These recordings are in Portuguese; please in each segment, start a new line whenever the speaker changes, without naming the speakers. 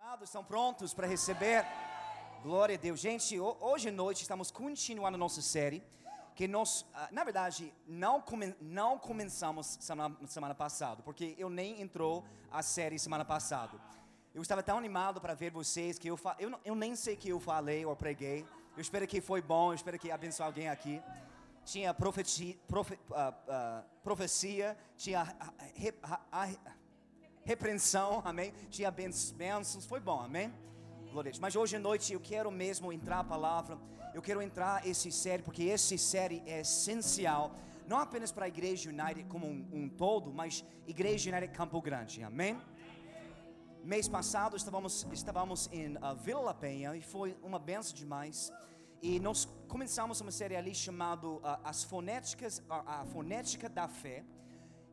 preparados? Estão prontos para receber? Glória a Deus. Gente, ho- hoje à noite estamos continuando a nossa série. Que nós, ah, na verdade, não, come- não começamos semana, semana passada, porque eu nem entrou a série semana passada. Eu estava tão animado para ver vocês que eu, fa- eu, não- eu nem sei que eu falei ou preguei. Eu espero que foi bom, eu espero que abençoe alguém aqui. Tinha profeti, profe, ah, ah, profecia, tinha ah, ah, re- ah, ah, repreensão, amém? Tinha bens- bênçãos, foi bom, amém? Glória a Deus. Mas hoje à noite eu quero mesmo entrar a palavra, eu quero entrar esse série, porque esse série é essencial, não apenas para a Igreja United como um, um todo, mas Igreja United Campo Grande, amém? Mês passado estávamos, estávamos em ah, Vila La Penha e foi uma benção demais. E nós começamos uma série ali chamada As Fonéticas, a, a Fonética da Fé.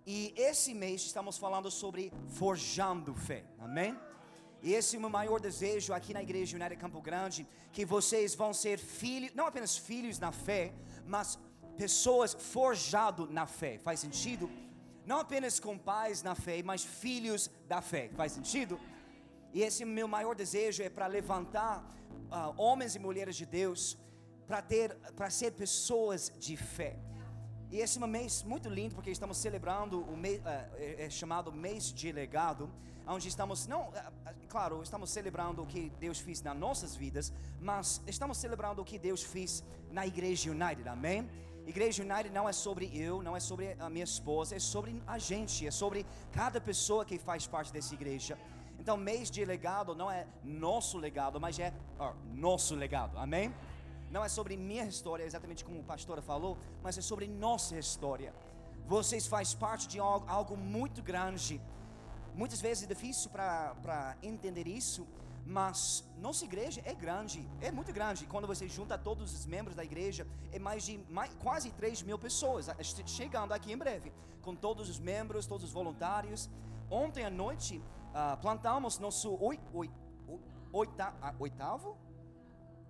E esse mês estamos falando sobre forjando fé, amém? E esse é o meu maior desejo aqui na Igreja United Campo Grande, que vocês vão ser filhos, não apenas filhos na fé, mas pessoas forjado na fé. Faz sentido? Não apenas com pais na fé, mas filhos da fé. Faz sentido? E esse meu maior desejo é para levantar ah, homens e mulheres de Deus para ter para ser pessoas de fé. E esse é um mês muito lindo porque estamos celebrando o mês ah, é, é chamado mês de legado, onde estamos não, ah, ah, claro, estamos celebrando o que Deus fez nas nossas vidas, mas estamos celebrando o que Deus fez na Igreja United. Amém? Igreja United não é sobre eu, não é sobre a minha esposa, é sobre a gente, é sobre cada pessoa que faz parte dessa igreja. Então, mês de legado não é nosso legado, mas é ó, nosso legado, amém? Não é sobre minha história, exatamente como o pastor falou, mas é sobre nossa história. Vocês fazem parte de algo, algo muito grande. Muitas vezes é difícil para entender isso, mas nossa igreja é grande, é muito grande. Quando você junta todos os membros da igreja, é mais de mais, quase 3 mil pessoas, a- che- chegando aqui em breve, com todos os membros, todos os voluntários. Ontem à noite, ah, plantamos nosso oi, oi, oi, oita- ah, oitavo?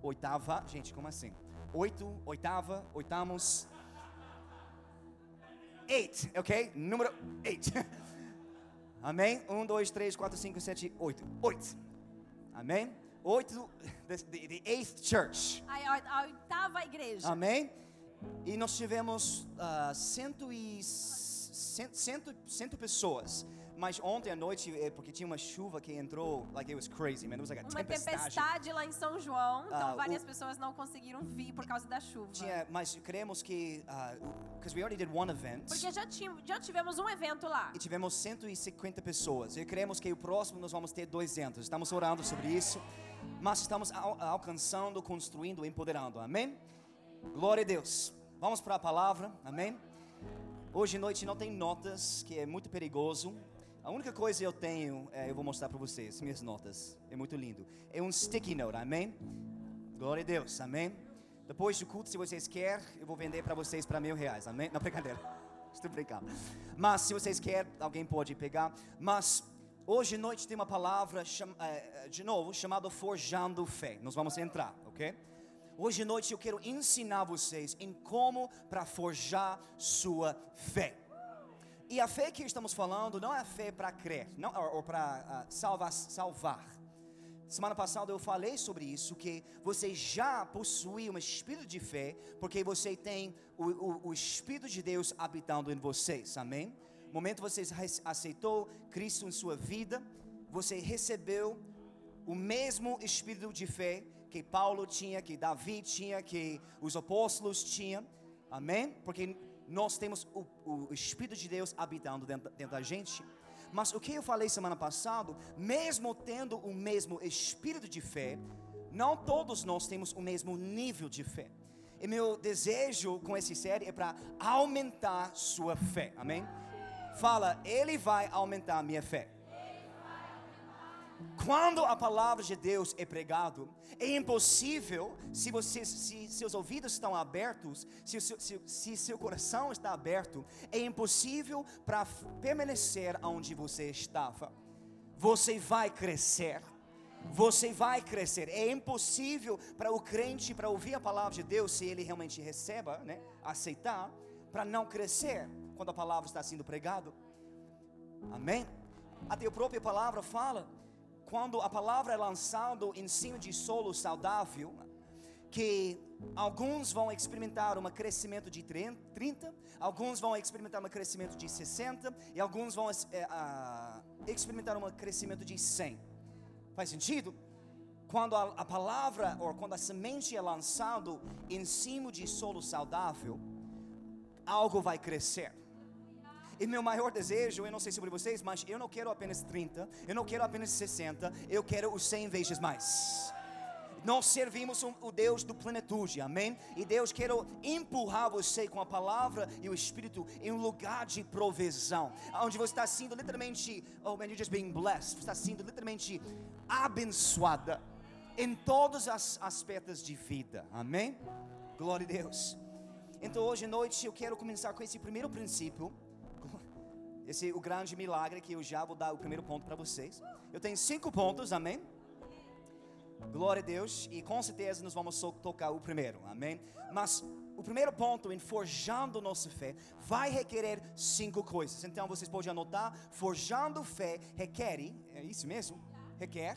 Oitava, gente, como assim? Oito, oitava, oitamos. Eight, ok? Número eight. Amém? Um, dois, três, quatro, cinco, sete, oito. Oito. Amém? Oito, the, the- the eighth church.
A, a- a oitava igreja.
Amém? E nós tivemos ah, cento e cento, cento, cento pessoas. Mas ontem à noite, eh, porque tinha uma chuva que entrou, like it was crazy, man. It was like a
Uma
tempestade.
tempestade lá em São João. Então
Ah,
várias
o-
pessoas não conseguiram vir por causa da chuva.
Tinha, mas cremos que, because we already did one event,
Porque já, ti- já tivemos um evento lá.
e tivemos 150 pessoas. E cremos que o próximo nós vamos ter 200. Estamos orando sobre isso, mas estamos al- alcançando, construindo, empoderando. Amém? Glória a Deus. Vamos para a palavra. Amém? Hoje à noite não tem notas, que é muito perigoso. A única coisa que eu tenho, é, eu vou mostrar para vocês, minhas notas. É muito lindo. É um sticky note, amém? Glória a Deus, amém? Depois do culto, se vocês querem, eu vou vender para vocês para mil reais, amém? Não, brincadeira. Estou brincando. Mas se vocês querem, alguém pode pegar. Mas hoje à noite tem uma palavra, cham- eh, eh, de novo, chamada Forjando Fé. Nós vamos entrar, ok? Hoje à noite eu quero ensinar vocês em como para forjar sua fé. E a fé que estamos falando não é a fé para crer, não, ou, ou para salvar, salvar. Semana passada eu falei sobre isso que você já possui um espírito de fé porque você tem o, o, o espírito de Deus habitando em vocês. Amém? No momento você rece- aceitou Cristo em sua vida, você recebeu o mesmo espírito de fé que Paulo tinha, que Davi tinha, que os apóstolos tinham. Amém? Porque nós temos o, o Espírito de Deus habitando dentro, dentro da gente. Mas o que eu falei semana passada, mesmo tendo o mesmo espírito de fé, não todos nós temos o mesmo nível de fé. E meu desejo com essa série é para aumentar sua fé. Amém? Fala, ele vai aumentar a minha fé. Quando a palavra de Deus é pregado, é impossível se você, se seus ouvidos estão abertos, se, o seu- se- se seu coração está aberto, é impossível para permanecer onde você estava. Você vai crescer. Você vai crescer. É impossível para o crente para ouvir a palavra de Deus se ele realmente receba, né, aceitar, para não crescer quando a palavra está sendo pregada. Amém? Até a própria palavra fala: quando a palavra é lançada em cima de solo saudável, que alguns vão experimentar um crescimento de 30, alguns vão experimentar um crescimento de 60 e alguns vão eh, ah, experimentar um crescimento de 100. Faz sentido? Quando a, a palavra ou quando a semente é lançado em cima de solo saudável, algo vai crescer. E meu maior desejo, eu não sei sobre vocês, mas eu não quero apenas 30, eu não quero apenas 60, eu quero os 100 vezes mais. Nós servimos um- o Deus do plenitude, amém? E Deus quer empurrar você com a palavra e o Espírito em um lugar de provisão, onde você está sendo literalmente, oh man, you're just being blessed, você está sendo literalmente abençoada em todos os aspectos de vida, amém? Glória a Deus. Então hoje à noite eu quero começar com esse primeiro princípio, esse o grande milagre que eu já vou dar o primeiro ponto para vocês. Eu tenho cinco pontos, amém? Glória a Deus. E com certeza nós vamos só tocar o primeiro, amém? Mas o primeiro ponto em forjando nossa fé vai requerer cinco coisas. Então vocês podem anotar: forjando fé requer, é isso mesmo? Requer.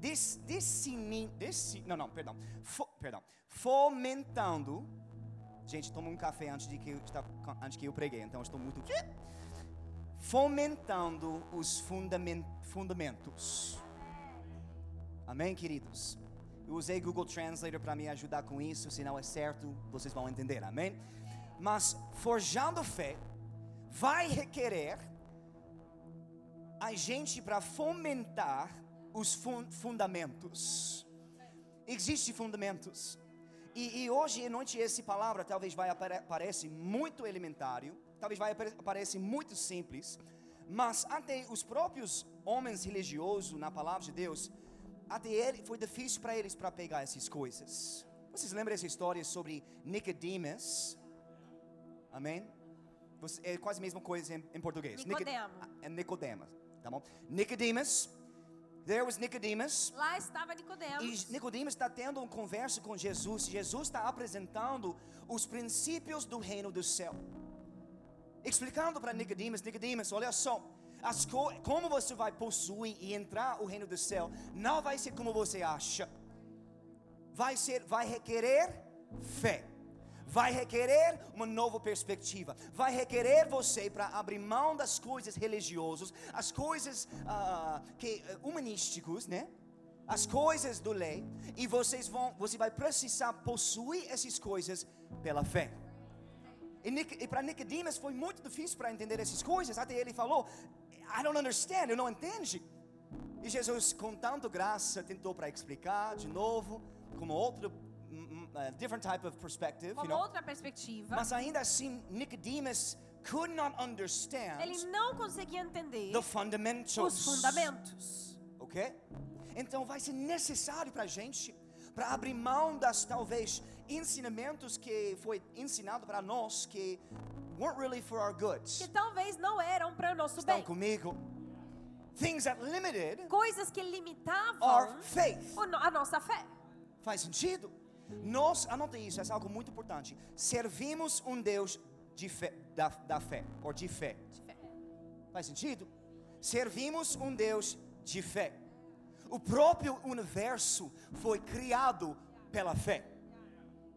Dis, discini, disci, não, não, perdão. Fo, perdão. Fomentando. Gente, toma um café antes de que eu, está- antes que eu preguei, então eu estou muito. Fomentando os fundamen- fundamentos. Amém, queridos? Eu usei Google Translator para me ajudar com isso, se não é certo, vocês vão entender, amém? Mas forjando fé vai requerer a gente para fomentar os fun- fundamentos. Existem fundamentos. E, e hoje à noite essa palavra talvez vai apare parece muito elementário, talvez vai apare parece muito simples, mas até os próprios homens religiosos na palavra de Deus, até ele foi difícil para eles para pegar essas coisas. Vocês lembram essa história sobre Nicodemus? Amém? Você- é quase a mesma coisa em, em português. Nico-
Nicodemo.
Ah, É Nicodemus, tá bom? Nicodemus. There was Nicodemus.
Lá estava Nicodemos.
E Nicodemos está tendo uma conversa com Jesus. Jesus está apresentando os princípios do reino do céu. Explicando para Nicodemos, Nicodemos, olha só, as co como você vai possuir e entrar o reino do céu, não vai ser como você acha. Vai ser, vai requerer fé. Vai requerer uma nova perspectiva. Vai requerer você para abrir mão das coisas religiosas, as coisas ah, que eh, humanísticos, né? As coisas do lei e vocês vão, você vai precisar possuir essas coisas pela fé. E, Nic- e para Nicodemus foi muito difícil para entender essas coisas. Até ele falou, I don't understand, eu não entendo. E Jesus, com tanta graça, tentou para explicar de novo, com outro, mm, mm, uh, different type of perspective,
Com
you know.
outra perspectiva,
Mas ainda assim, Nicodemus could not understand
ele não conseguia entender
the fundamentals.
os fundamentos.
Ok? Então vai ser necessário para a gente, para abrir mão das talvez ensinamentos que foi ensinado para nós que weren't really for our good.
Que talvez não eram para o nosso
Estão
bem.
comigo? Things that limited
Coisas que
our
limitavam
faith.
o no- a nossa fé.
Faz sentido? Nós, anota isso, é algo muito importante. Servimos um Deus de fé, da, da fé, ou de fé. Faz sentido? Servimos um Deus de fé. O próprio universo foi criado pela fé.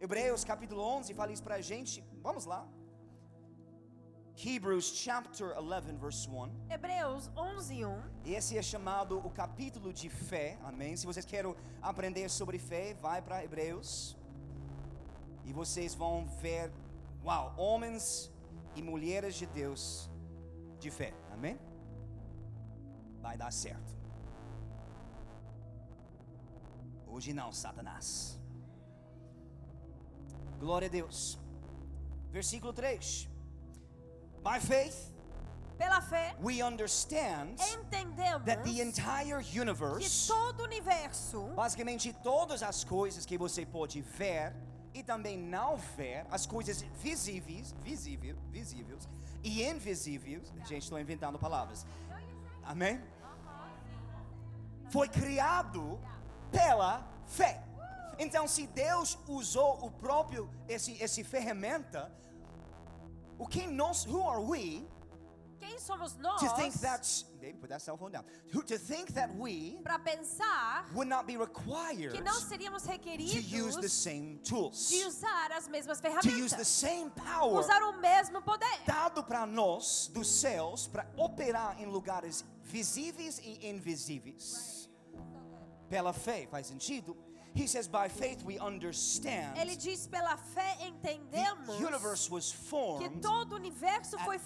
Hebreus capítulo 11 fala isso pra gente. Vamos lá. Hebrews chapter 11 verse 1.
Hebreus 11, 1.
Esse é chamado o capítulo de fé, amém? Se vocês querem aprender sobre fé, vai para Hebreus. E vocês vão ver, uau, homens e mulheres de Deus de fé, amém? Vai dar certo. Hoje não, Satanás. Glória a Deus. Versículo 3. By faith,
Pela fé,
we understand
entendemos
that the
que
entire universe,
todo o universo,
basicamente todas as coisas que você pode ver e também não ver, as coisas visíveis, visível, visíveis e invisíveis, gente, estou inventando palavras. Amém? Foi criado pela fé. Então, se Deus usou o próprio esse esse ferramenta, o que nós, who are we,
Quem somos nós
to think that David, put that cell phone down. Who, to think that we
para pensar
would not be required
que não seríamos
to use the
requeridos
same
de
tools,
usar as mesmas
to use the
ferramentas,
same power
usar o mesmo poder
dado para nós dos céus para operar em lugares visíveis e invisíveis. Pela fé, faz sentido? He says, by faith we understand
Ele diz: pela fé
the
entendemos
universe was
que
formed
todo o universo
at
foi
God's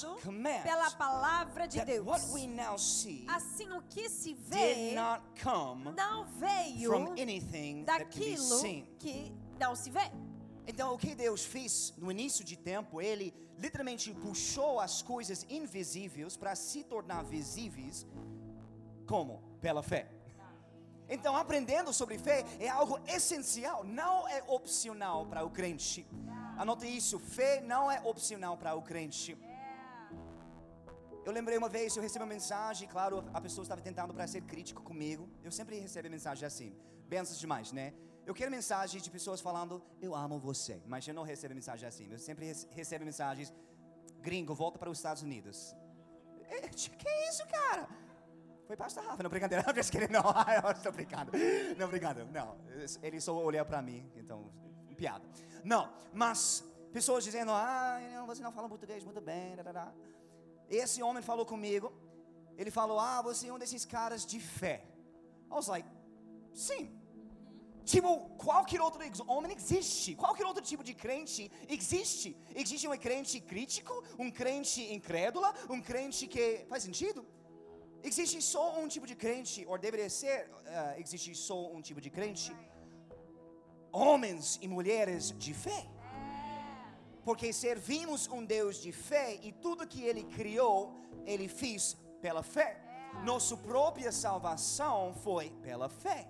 formado
command.
pela palavra de
that what
Deus.
we now see
Assim, o que se
did
vê
not come
não veio
from anything that can be
daquilo
seen.
que não se vê.
Então, o que Deus fez no início de tempo, Ele literalmente puxou as coisas invisíveis para se tornar visíveis, como? Pela fé. Então, aprendendo sobre fé é algo essencial, não é opcional para o crente. Anote isso: fé não é opcional para o crente. Eu lembrei uma vez, eu recebi uma mensagem, claro, a pessoa estava tentando para ser crítico comigo. Eu sempre recebo mensagem assim, benças demais, né? Eu quero mensagens de pessoas falando, eu amo você, mas eu não recebo mensagem assim. Eu sempre rece- recebo mensagens, gringo, volta para os Estados Unidos. Eh, Que isso, cara? Foi pastor Rafa, não, brincadeira, não, brincadeira, não, eu estou brincando, não, brincando, não, ele só olhou para mim, então, piada. Não, mas pessoas dizendo, ah, não, você não fala português muito bem, tarará. Esse homem falou comigo. Ele falou: Ah, você é um desses caras de fé. I was like, sim. Tipo, qualquer outro ex- homem existe. Qualquer outro tipo de crente existe. Existe um crente crítico, um crente incrédula, um crente que. Faz sentido? Existe só um tipo de crente, ou deveria ser, ah, existe só um tipo de crente. Homens e mulheres de fé. Porque servimos um Deus de fé e tudo que Ele criou, Ele fez pela fé. Nossa própria salvação foi pela fé.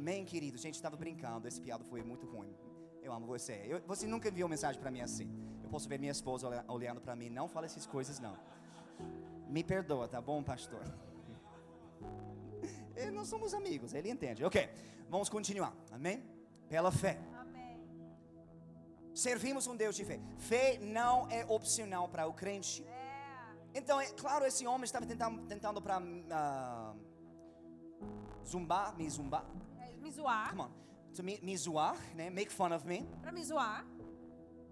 Amém, querido? Gente, estava brincando, esse piado foi muito ruim. Eu amo você. Eu- você nunca enviou mensagem para mim assim. Eu posso ver minha esposa olha- olhando para mim, não fala essas coisas não. Me perdoa, tá bom, pastor? Eh, Nós somos amigos, ele entende. Ok, vamos continuar. Amém? Pela fé.
Amém.
Servimos um Deus de fé. Fé não é opcional para o crente. Então, é claro, esse homem estava tentando, tentando para ah, zumbar, me zumbar,
É, Me zoar,
come on, to me, me zoar, né? make fun of me.
para me zoar.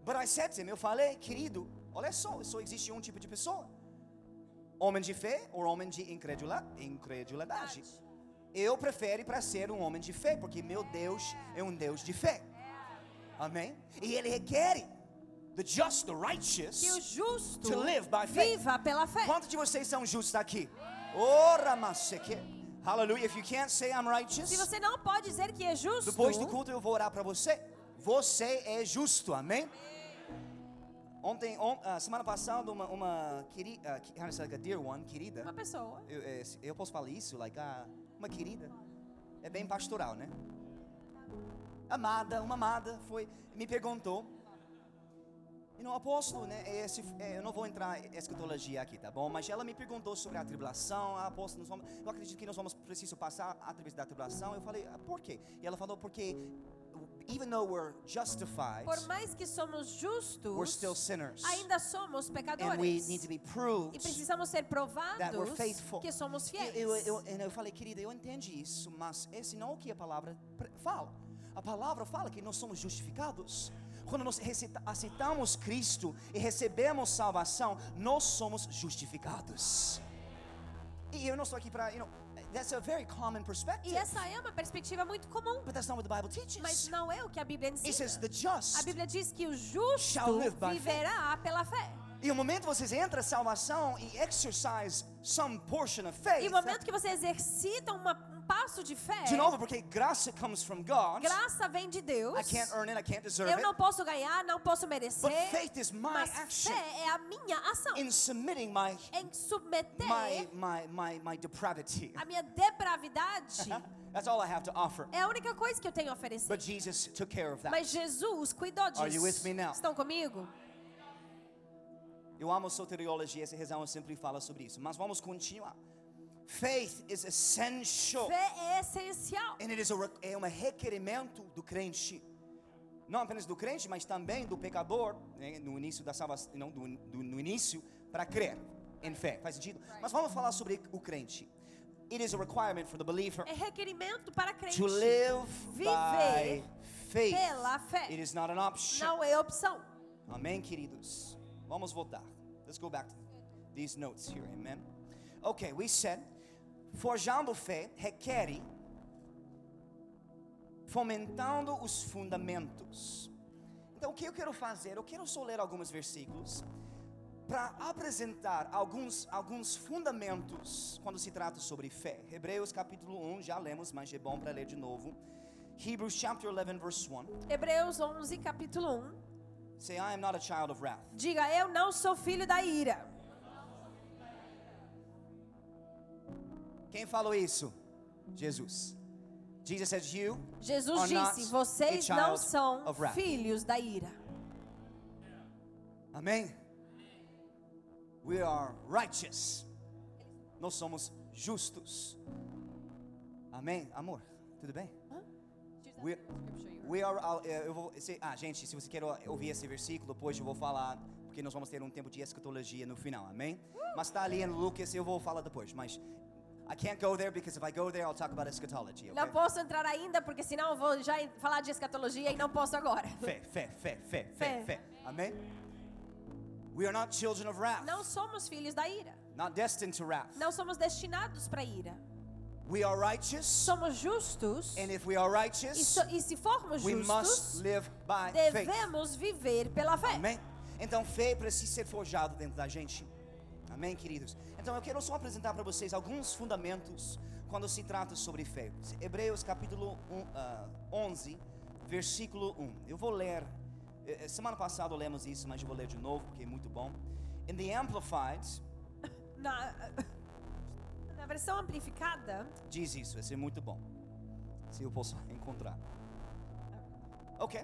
But I said to him, eu falei, querido, olha só, só existe um tipo de pessoa. Homem de fé ou homem de incredula, incredulidade. Eu prefiro para ser um homem de fé, porque meu Deus é um Deus de fé.
É.
Amém? E ele requer the just, the righteous.
Que o justo
To live by faith.
viva pela fé.
Quantos de vocês são justos aqui? Ora, maseque. Hallelujah. If you can't say I'm
Se
righteous,
você não pode dizer que é justo,
depois do culto eu vou orar para você. Você é justo, amém? Ontem, on- ah, semana passada, uma, uma ah, querida, dear one, querida,
uma pessoa.
eu, eh, se- eu posso falar isso? Like, ah, uma querida. É bem pastoral, né? Amada, uma amada foi, me perguntou. E não apóstolo, né? é Esse, é, eu não vou entrar em escatologia aqui, tá bom? Mas ela me perguntou sobre a tribulação. Ah, apóstolo, nós vamos, eu acredito que nós vamos preciso passar através da tribulação. Eu falei, ah, por quê? E ela falou, porque even though we're justified,
Por mais que somos justos,
we're still sinners.
ainda somos
And we
pecadores.
need to be
E
proved
precisamos ser
that we're
provados
faithful.
que somos fiéis.
Eu, eu, eu, eu falei, querida, eu entendo isso, mas esse não é o que a palavra pre- fala. A palavra fala que nós somos justificados. Quando nós recita- aceitamos Cristo e recebemos salvação, nós somos justificados. E eu não estou aqui para, you know, that's a very common perspective.
E essa é uma perspectiva muito comum,
But that's not what the Bible teaches.
mas não é o que a Bíblia
It says
ensina.
the
A
just.
Bíblia diz que o
Shall
justo
live by
viverá pela fé.
E o momento que vocês entram a salvação e exercise some portion of faith.
E o momento que você exercita uma- um passo de fé,
De novo, porque graça comes from God.
graça vem de Deus.
I can't earn it, I can't deserve
Eu
it.
não posso ganhar, não posso merecer.
But faith is my
Mas
action
fé é a minha ação
in submitting my
em submeter
my my my, my depravity.
a minha depravidade.
That's all I have to offer.
é a única coisa que eu tenho a oferecer.
But Jesus took care of that.
Mas Jesus cuidou disso.
Are you with me now?
Estão comigo?
Eu amo soteriologia, essa razão sempre fala sobre isso. Mas vamos continuar. Faith is essential.
Fé é essencial.
And it is a, re- é um requerimento do crente. Não apenas do crente, mas também do pecador. né? No início da salvação, não, do, do- no início para crer em fé. Faz sentido? Mas vamos falar sobre o crente. It is a requirement for the believer
É requerimento para crente.
to live by
Viver
faith.
pela fé.
It is not an option.
Não é opção.
Amém, queridos. Vamos voltar. Let's go back to these notes here. Amen. Okay, we said forjando fé requer fomentando os fundamentos. Então, o que eu quero fazer? Eu quero só ler alguns versículos para apresentar alguns alguns fundamentos quando se trata sobre fé. Hebreus capítulo 1 já lemos, mas é bom para ler de novo. Hebrews chapter 11 verse 1.
Hebreus 11, capítulo 1.
Say I am not a child of wrath.
Diga, eu não sou filho da ira.
Quem falou isso? Jesus. Jesus said, "You
Jesus
are not
disse,
a
vocês
child
não são
of wrath."
filhos da ira.
Amém. We are righteous. Nós somos justos. Amém, amor. Tudo bem? We, we are all- eh, eu vou, se, ah, gente, se você quer o- ouvir esse versículo, depois eu vou falar, porque nós vamos ter um tempo de escatologia no final, amém? Mas está ali em Lucas, eu vou falar depois, mas I can't go there because if I go there, I'll talk about eschatology, okay?
Não posso entrar ainda, porque senão eu vou já en- falar de escatologia e não posso agora.
Fé, fé, fé, fé, fé,
Fé.
fé. Amém? We are not children of wrath,
Não somos filhos da ira.
not destined to wrath.
Não somos destinados para ira.
We are righteous,
Somos justos.
and if we are
E,
righteous,
so- e se formos
we must
justos,
live by faith.
devemos viver pela fé.
Amém? Então, fé precisa ser forjado dentro da gente. Amém, queridos? Então, eu quero só apresentar para vocês alguns fundamentos quando se trata sobre fé. Hebreus capítulo um, ah, 11, versículo 1. Eu vou ler. eh, eh, Semana passada lemos isso, mas eu vou ler de novo porque é muito bom. In the Amplified,
Na, na versão amplificada,
diz isso, vai ser muito bom. Se eu posso encontrar. Ok.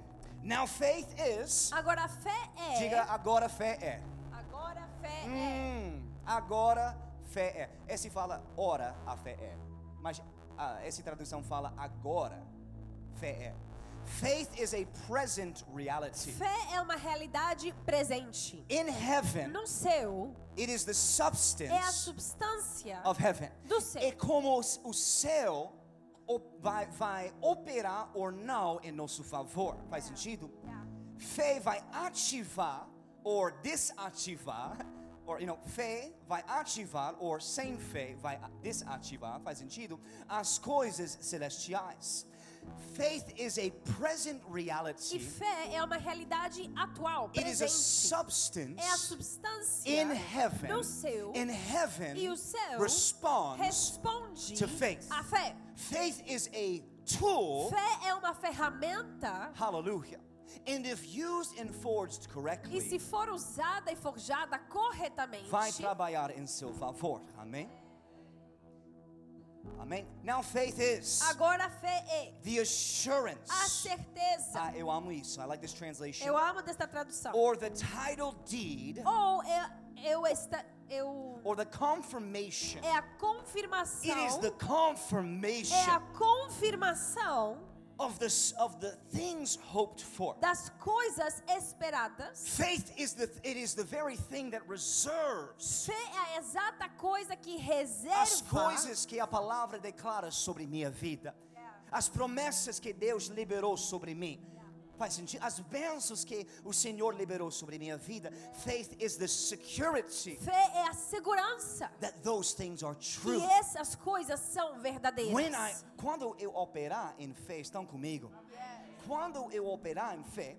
Now faith is.
agora a fé Ah, é.
Diga agora fé é.
Agora a fé é.
Hum, agora fé é. Esse fala ora a fé é. Mas ah, essa tradução fala agora fé é. Faith is a present reality.
Fé é uma realidade presente.
In heaven,
No céu
it is the
é
substance
a substância
of heaven.
do céu.
É como os- o céu op- vai, vai operar ou não em nosso favor. Faz sentido? Fé vai ativar ou desativar. Or, you know, fé vai ativar ou sem fé vai a- desativar. Faz sentido? As coisas celestiais. Faith is a present
E
reality.
fé é uma realidade atual,
It is a
presente.
substance
É a substância
in heaven.
no céu.
In heaven
E o céu
responds
responde
to faith. Oh.
à fé.
Faith is a tool,
Fé é uma ferramenta
hallelujah, and if used and forged
e se
correctly,
for usada e forjada corretamente,
vai trabalhar em seu favor. Amém? Amém? Now faith is
agora a fé é
the assurance.
a certeza.
Ah, eu amo isso. I like this translation.
Eu amo desta tradução.
Or the title deed,
Ou é, eu esta, eu,
or the confirmation.
é a
It is the
confirmação, é
confirmation
a confirmação
of the s- of the things hoped for.
das coisas esperadas.
Faith is the it is the very thing that reserves
Fé é a exata coisa que reserva
as coisas que a palavra declara sobre minha vida, as promessas que Deus liberou sobre mim. Faz sentido? As bênçãos que o Senhor liberou sobre minha vida. Faith is the security
Fé é a segurança
that those things are true.
que essas coisas são verdadeiras.
When I, quando eu operar em fé, estão comigo? Quando eu operar em fé,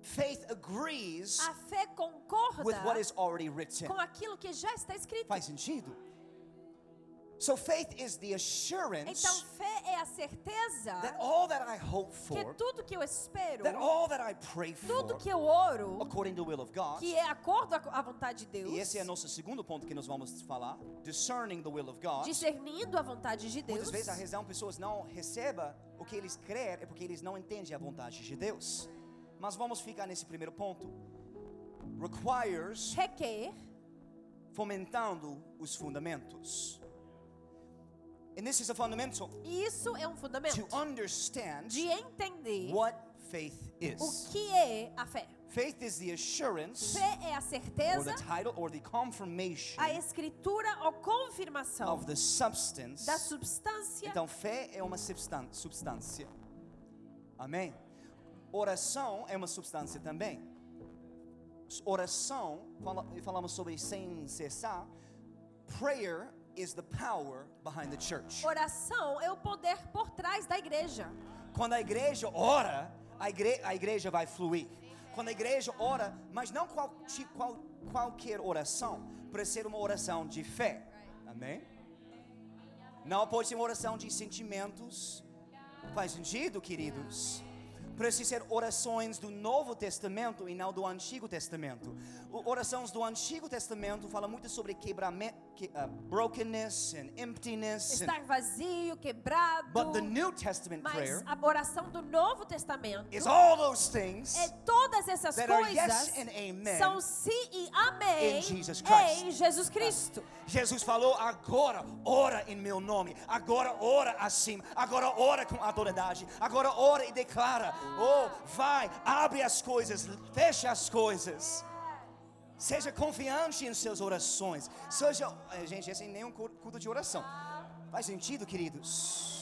faith agrees
A fé concorda
with what is already written.
com aquilo que já está escrito.
Faz sentido? So faith is the assurance
Então fé é a certeza
that all that I hope
que
for,
tudo que eu espero,
that all that I pray
tudo
for,
que eu oro,
according to the will of God.
que é acordo à à vontade de Deus,
E esse é nosso segundo ponto que nós vamos falar, discerning the will of God.
discernindo a vontade de Deus.
Muitas vezes a razão pessoas não recebam o que eles crer é porque eles não entendem a vontade de Deus. Mas vamos ficar nesse primeiro ponto. Requires
Requer
fomentando os fundamentos. And this is a fundamental
e isso é um fundamento
to understand
de entender
what faith is.
o que é a fé.
Faith is the assurance,
Fé é a
or
certeza,
the title, or the confirmation
a escritura ou confirmação
of the substance.
da substância.
Então, fé é uma substan- substância. Amém? Oração é uma substância também. S- Oração, fala, falamos sobre sem cessar. Prayer is the power behind the church.
Oração é o poder por trás da igreja.
Quando a igreja ora, a, igre- a igreja vai fluir. Quando a igreja ora, mas não qual- ti- qual- qualquer oração, precisa ser uma oração de fé. Amém? Não pode ser uma oração de sentimentos. Faz sentido, queridos? Precisa ser orações do Novo Testamento e não do Antigo Testamento. O- Orações do Antigo Testamento falam muito sobre quebramento, que, ah, brokenness and emptiness. and-
Estar vazio, quebrado.
but the New Testament prayer
Mas a oração do Novo Testamento
It's all those things
é todas essas
that are
coisas
yes and amen
são sim e amém
in Jesus Christ.
em Jesus Cristo.
Jesus falou agora ora em meu nome agora ora assim agora ora com autoridade agora ora e declara oh vai abre as coisas fecha as coisas seja confiante em suas orações seja eh, gente esse nem é um cu- culto de oração faz sentido queridos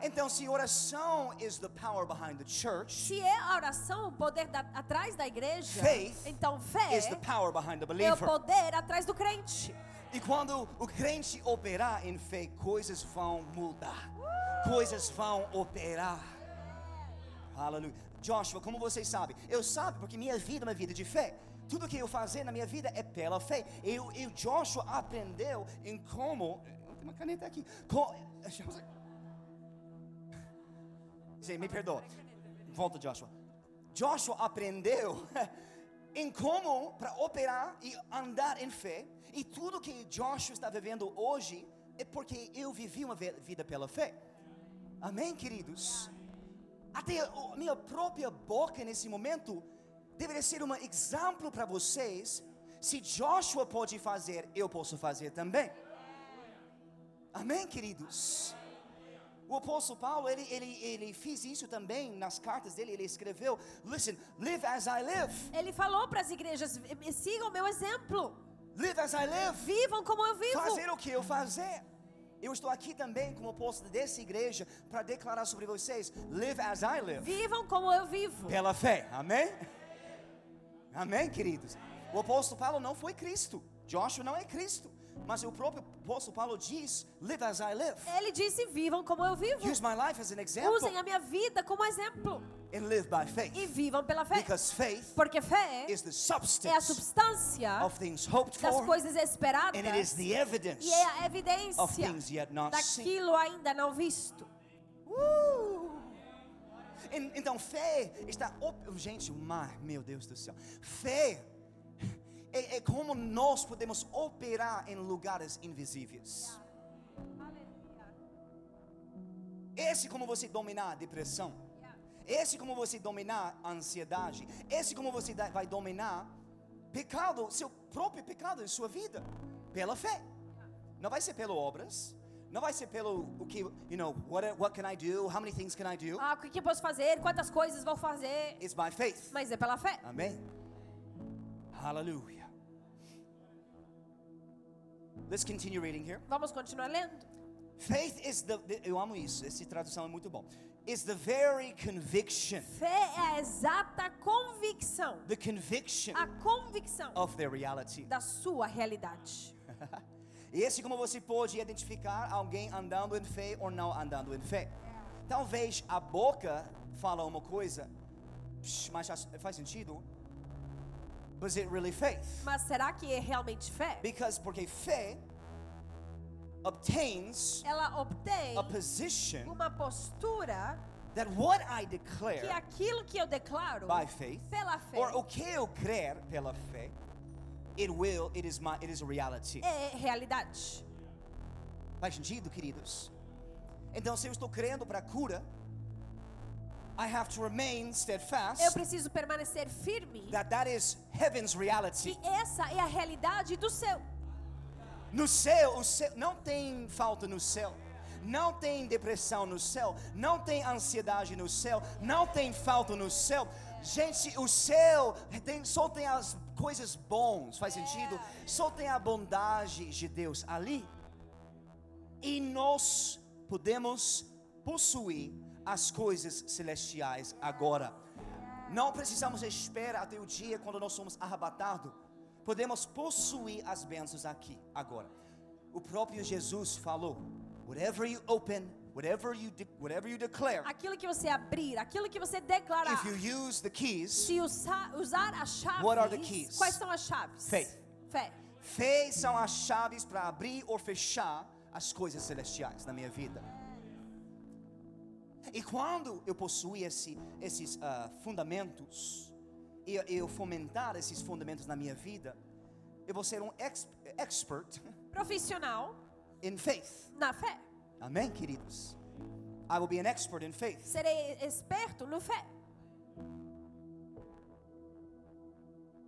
então se oração is the power behind the church
Se é a oração o poder da- atrás da igreja,
Faith
então fé
is the power behind the
é o
believer
poder atrás do crente.
E quando o crente operar em fé, coisas vão mudar. Coisas vão operar. Aleluia. Joshua, como vocês sabem? Eu sabe porque minha vida é uma vida de fé. Tudo que eu fazer na minha vida é pela fé. E o e o Joshua aprendeu em como. Tem uma caneta aqui. Co- Gente, me perdoa. Volta, Joshua. Joshua aprendeu em como para operar e andar em fé. E tudo que Joshua está vivendo hoje é porque eu vivi uma ve- vida pela fé. Amém, queridos? Até o- a minha própria boca nesse momento deveria ser um exemplo para vocês. Se Joshua pode fazer, eu posso fazer também. Amém, queridos? O apóstolo Paulo, ele, ele, ele fez isso também nas cartas dele, ele escreveu, listen, live as I live,
Ele falou para as igrejas: sigam o meu exemplo,
live as I live,
vivam como eu vivo.
fazer o que eu fazer. Eu estou aqui também como apóstolo dessa igreja para declarar sobre vocês, live as I live,
Vivam como eu vivo.
pela fé, amém? Amém, queridos? O apóstolo Paulo não foi Cristo, Joshua não é Cristo, mas o próprio apóstolo Paulo diz, live as I live,
Ele disse: vivam como eu vivo.
use my life as an
Usem
example
a minha vida como exemplo
and live by
e
faith,
vivam pela fé.
because faith
Porque fé
is the
é a
substance
substância
of things hoped
das
for,
coisas esperadas
and it is the evidence
e é a
of
evidência
things yet not seen.
daquilo ainda não visto.
En- Então fé está. op- Gente, o mar, meu Deus do céu. Fé é, é como nós podemos operar em lugares invisíveis. Esse como você dominar a depressão. Esse como você dominar a ansiedade. Esse como você da- vai dominar pecado, seu próprio pecado em sua vida pela fé. Não vai ser pelo obras. Não vai ser pelo o que, you know, what, what can I do? How many things can I do?
Ah, o que, que eu posso fazer? Quantas coisas vou fazer?
It's by faith.
Mas é pela fé.
Amém. Hallelujah. Let's continue reading here.
Vamos continuar lendo.
Faith is the, the- eu amo isso, essa tradução é muito bom. Is the very conviction,
Fé é a exata convicção,
the conviction
a convicção
of their reality.
da sua realidade.
E esse como você pode identificar alguém andando em fé ou não andando em fé. Talvez a boca fala uma coisa, psh, mas faz- faz sentido. But is it really faith?
Mas será que é realmente fé?
Because porque fé obtains
Ela obtém
a position
uma postura
that what I
que
declare
aquilo que eu declaro
by faith
pela fé
or o que eu crer pela fé, it will, it is my, it is a reality.
é realidade.
Faz sentido, queridos? Então, se eu estou crendo para cura, I have to remain steadfast
Eu preciso permanecer firme
that that is heaven's reality.
que essa é a realidade do céu.
No céu, o céu não tem falta no céu. não tem depressão no céu, não tem ansiedade no céu, não tem falta no céu. Gente, o céu tem- só tem as coisas bons, faz sentido? Só tem a bondade de Deus ali. E nós podemos possuir as coisas celestiais agora. Não precisamos esperar até o dia quando nós somos arrebatados. Podemos possuir as bênçãos aqui, agora. O próprio Jesus falou: Whatever you open, whatever you, de- whatever you declare,
Aquilo que você abrir, aquilo que você declarar.
if you use the keys,
Se usar, usar as chaves.
What are the keys?
Quais são as chaves?
Faith.
Fé.
fé são as chaves para abrir ou fechar as coisas celestiais na minha vida. E quando eu possuir esse, esses ah, fundamentos, e eu, eu fomentar esses fundamentos na minha vida, eu vou ser um ex- expert
Profissional
in faith.
na fé.
Amém, queridos? I will be an expert in faith.
Serei esperto no fé.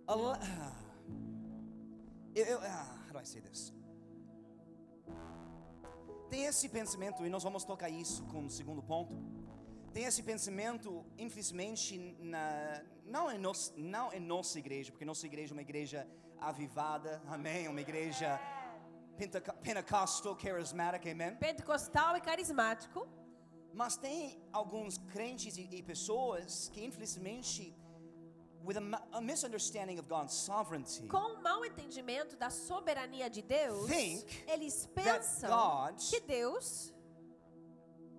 Al- Eu, eu, ah, how do I say this? Tem esse pensamento, e nós vamos tocar isso como segundo ponto. Tem esse pensamento, infelizmente, na, não, em nos, não em nossa igreja, porque nossa igreja é uma igreja avivada, amém? É Uma igreja penteca- pentecostal, carismática, amém?
Pentecostal e carismático.
Mas tem alguns crentes e, e pessoas que, infelizmente, with a, ma- a misunderstanding of God's sovereignty,
Com o mau entendimento da soberania de Deus,
Think
eles
that
pensam
God
que Deus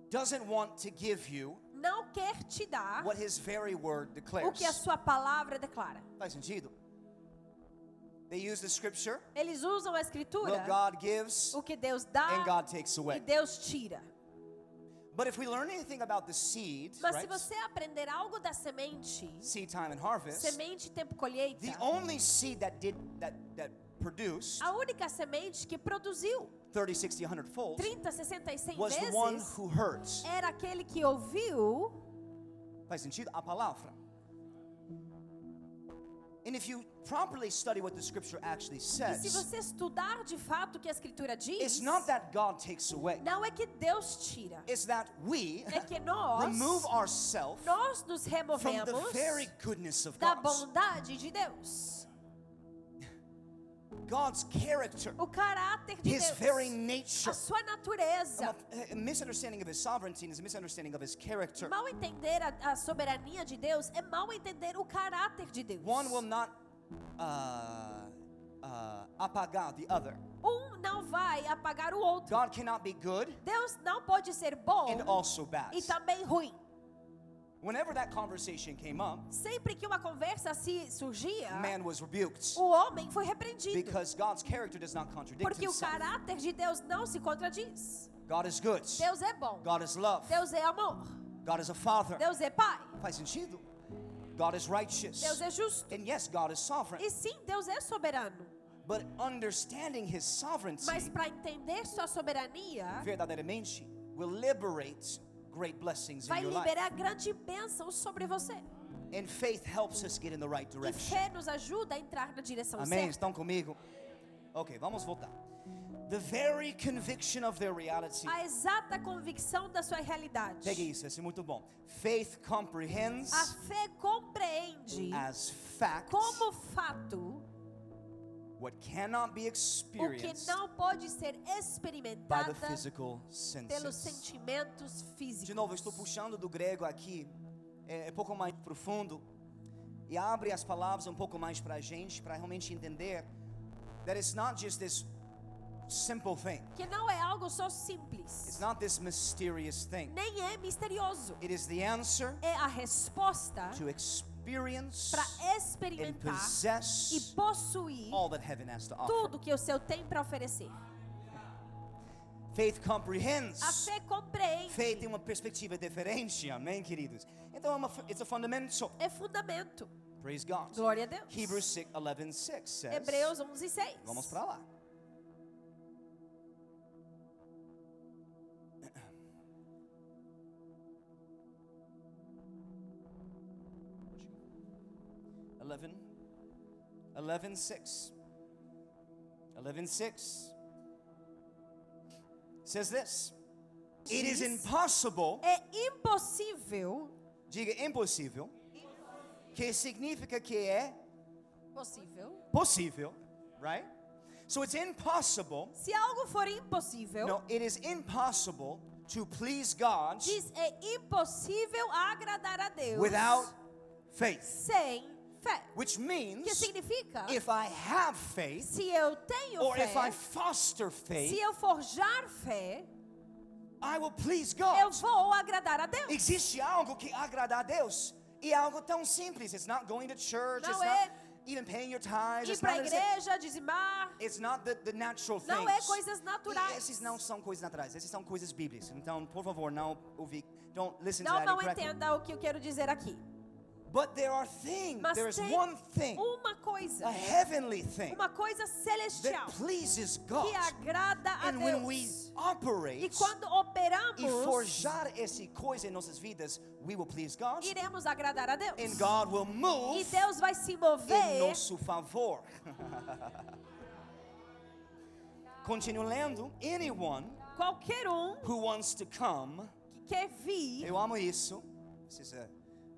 doesn't want to give you
não quer te dar
what his very word
Ah. o que a
declares.
sua palavra declara.
Faz sentido? They use the scripture,
Eles usam a escritura,
what God gives
o que Deus dá
and God takes
e
away.
Deus tira.
But if we learn anything about the seed,
Mas se
right?
você aprender algo da semente,
Seed time and harvest,
semente tempo colheita,
the only seed that did that that produced
a única semente que produziu
30, 60, 100 folds
30, 60 e 100
was the one
vezes
who heard.
era aquele que ouviu.
Faz sentido? A palavra. And if you properly study what the scripture actually
E se
says,
você estudar de fato o que a escritura diz,
it's not that God takes away.
não é que Deus tira,
is that we
é que nós
remove ourselves
nós nos
from the
removemos
very goodness of
da
God.
bondade de Deus.
God's character,
O caráter de
His
Deus.
very nature.
a sua natureza.
A misunderstanding of His sovereignty is a misunderstanding of His character.
Mal entender a, a soberania de Deus é mal entender o caráter de Deus.
One will not uh, uh, apagar the other.
Um não vai apagar o outro.
God cannot be good
Deus não pode ser bom
and also bad.
e também ruim.
Whenever that conversation came up,
Sempre que uma conversa se surgia,
man was rebuked
o homem foi repreendido.
because God's character does not contradict
Oh, Porque o
Himself.
caráter de Deus não se contradiz.
God is good.
Deus é bom.
God is love.
Deus é amor.
God is a father.
Deus é pai.
Faz sentido? God is righteous.
Deus é justo.
And yes, God is sovereign.
E sim, Deus é soberano.
But understanding His sovereignty
Mas para entender sua soberania,
verdadeiramente will liberate great blessings
vai
in your life.
liberar grande bênção sobre você.
And faith helps us get in the right
E
direction.
fé nos ajuda a entrar na direção
Amém?
certa.
Estão comigo? Ok, vamos voltar. The very conviction of their reality.
A exata convicção da sua realidade.
Pegue isso, esse é muito bom. Faith comprehends
A fé compreende
as fact
como fato
what cannot be
o que
experienced
não pode ser
by the
experimentada
physical senses.
pelos sentimentos físicos.
De novo, eu estou puxando do grego aqui, é, é um pouco mais profundo, e abre as palavras um pouco mais para a gente, para realmente entender that it's not just this simple thing,
Que não é algo só
it's
simples,
not this mysterious thing.
nem é misterioso.
It is the answer
É a resposta
to experience
para
and
experimentar e
possess
possuir
all that heaven has to offer.
tudo que o seu tem para oferecer.
Faith
A
comprehends.
fé compreende,
Fé tem uma perspectiva diferente, amém, queridos? Então, é uma, fu- it's a fundamental.
é fundamento.
Praise God.
Glória a Deus.
Hebrews 6, 11, 6 says.
Hebreus 11, 6.
Vamos para lá. Eleven, eleven six, eleven six says this. It is
diz,
impossible,
é impossível,
diga impossível, que significa que é
possível.
possível, right? So it's impossible.
Se algo for impossível,
No, it is impossible to please God
diz é impossível agradar a Deus
without faith,
sem fé.
which
Que
means
significa
if I have faith
se eu tenho
or if I
fé,
foster
se
faith,
eu forjar fé,
I will please
eu
God.
vou agradar a Deus.
Oh. Existe algo que agrada a Deus e é algo tão simples. It's not going to church. it's
Não é
not even paying your tithes.
Ir
It's
para a
not,
igreja, dizimar,
it's not the, the natural
Não
things.
é coisas naturais.
E esses não são coisas naturais. Esses são coisas bíblicas. Então, por favor, não ouvi. Don't listen to
não,
that
não
incorrectly.
entenda o que eu quero dizer aqui.
But there are things.
Mas
there is
tem um
one thing,
uma coisa,
a heavenly thing
uma coisa celestial
that pleases God.
que agrada a
and when we
Deus. E
operate
quando
e
operamos,
forjar essa coisa em nossas vidas, we will please God.
iremos agradar a Deus.
And God will
E
move
Deus vai se
em
mover.
nosso favor. Continuo lendo. Anyone
Qualquer um
who wants to come,
que quer vir,
eu amo isso. This is a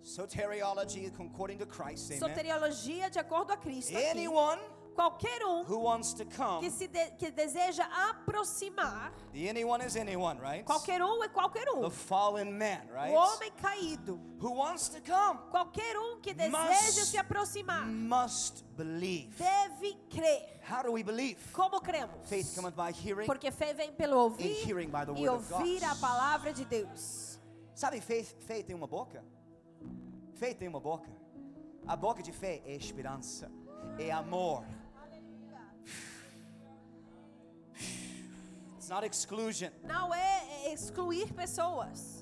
soteriology according to Christ, amen.
soteriologia de acordo a Cristo. aqui.
né? Anyone
Qualquer um
who wants to come,
que, se de- que deseja aproximar,
the anyone is anyone, right?
qualquer um é qualquer um.
The fallen man,
O
right?
homem caído,
Who wants to come
qualquer um que
Mas- Hum.
deseja se aproximar,
must believe.
deve crer.
How do we believe?
Como cremos?
Faith cometh by hearing.
Porque fé vem pelo ouvir
And hearing by the
e
word of God.
ouvir a palavra de Deus.
Sabe, fé, fé tem uma boca? Fé tem uma boca. A boca de fé é esperança, é amor. It's not exclusion.
Não é excluir pessoas.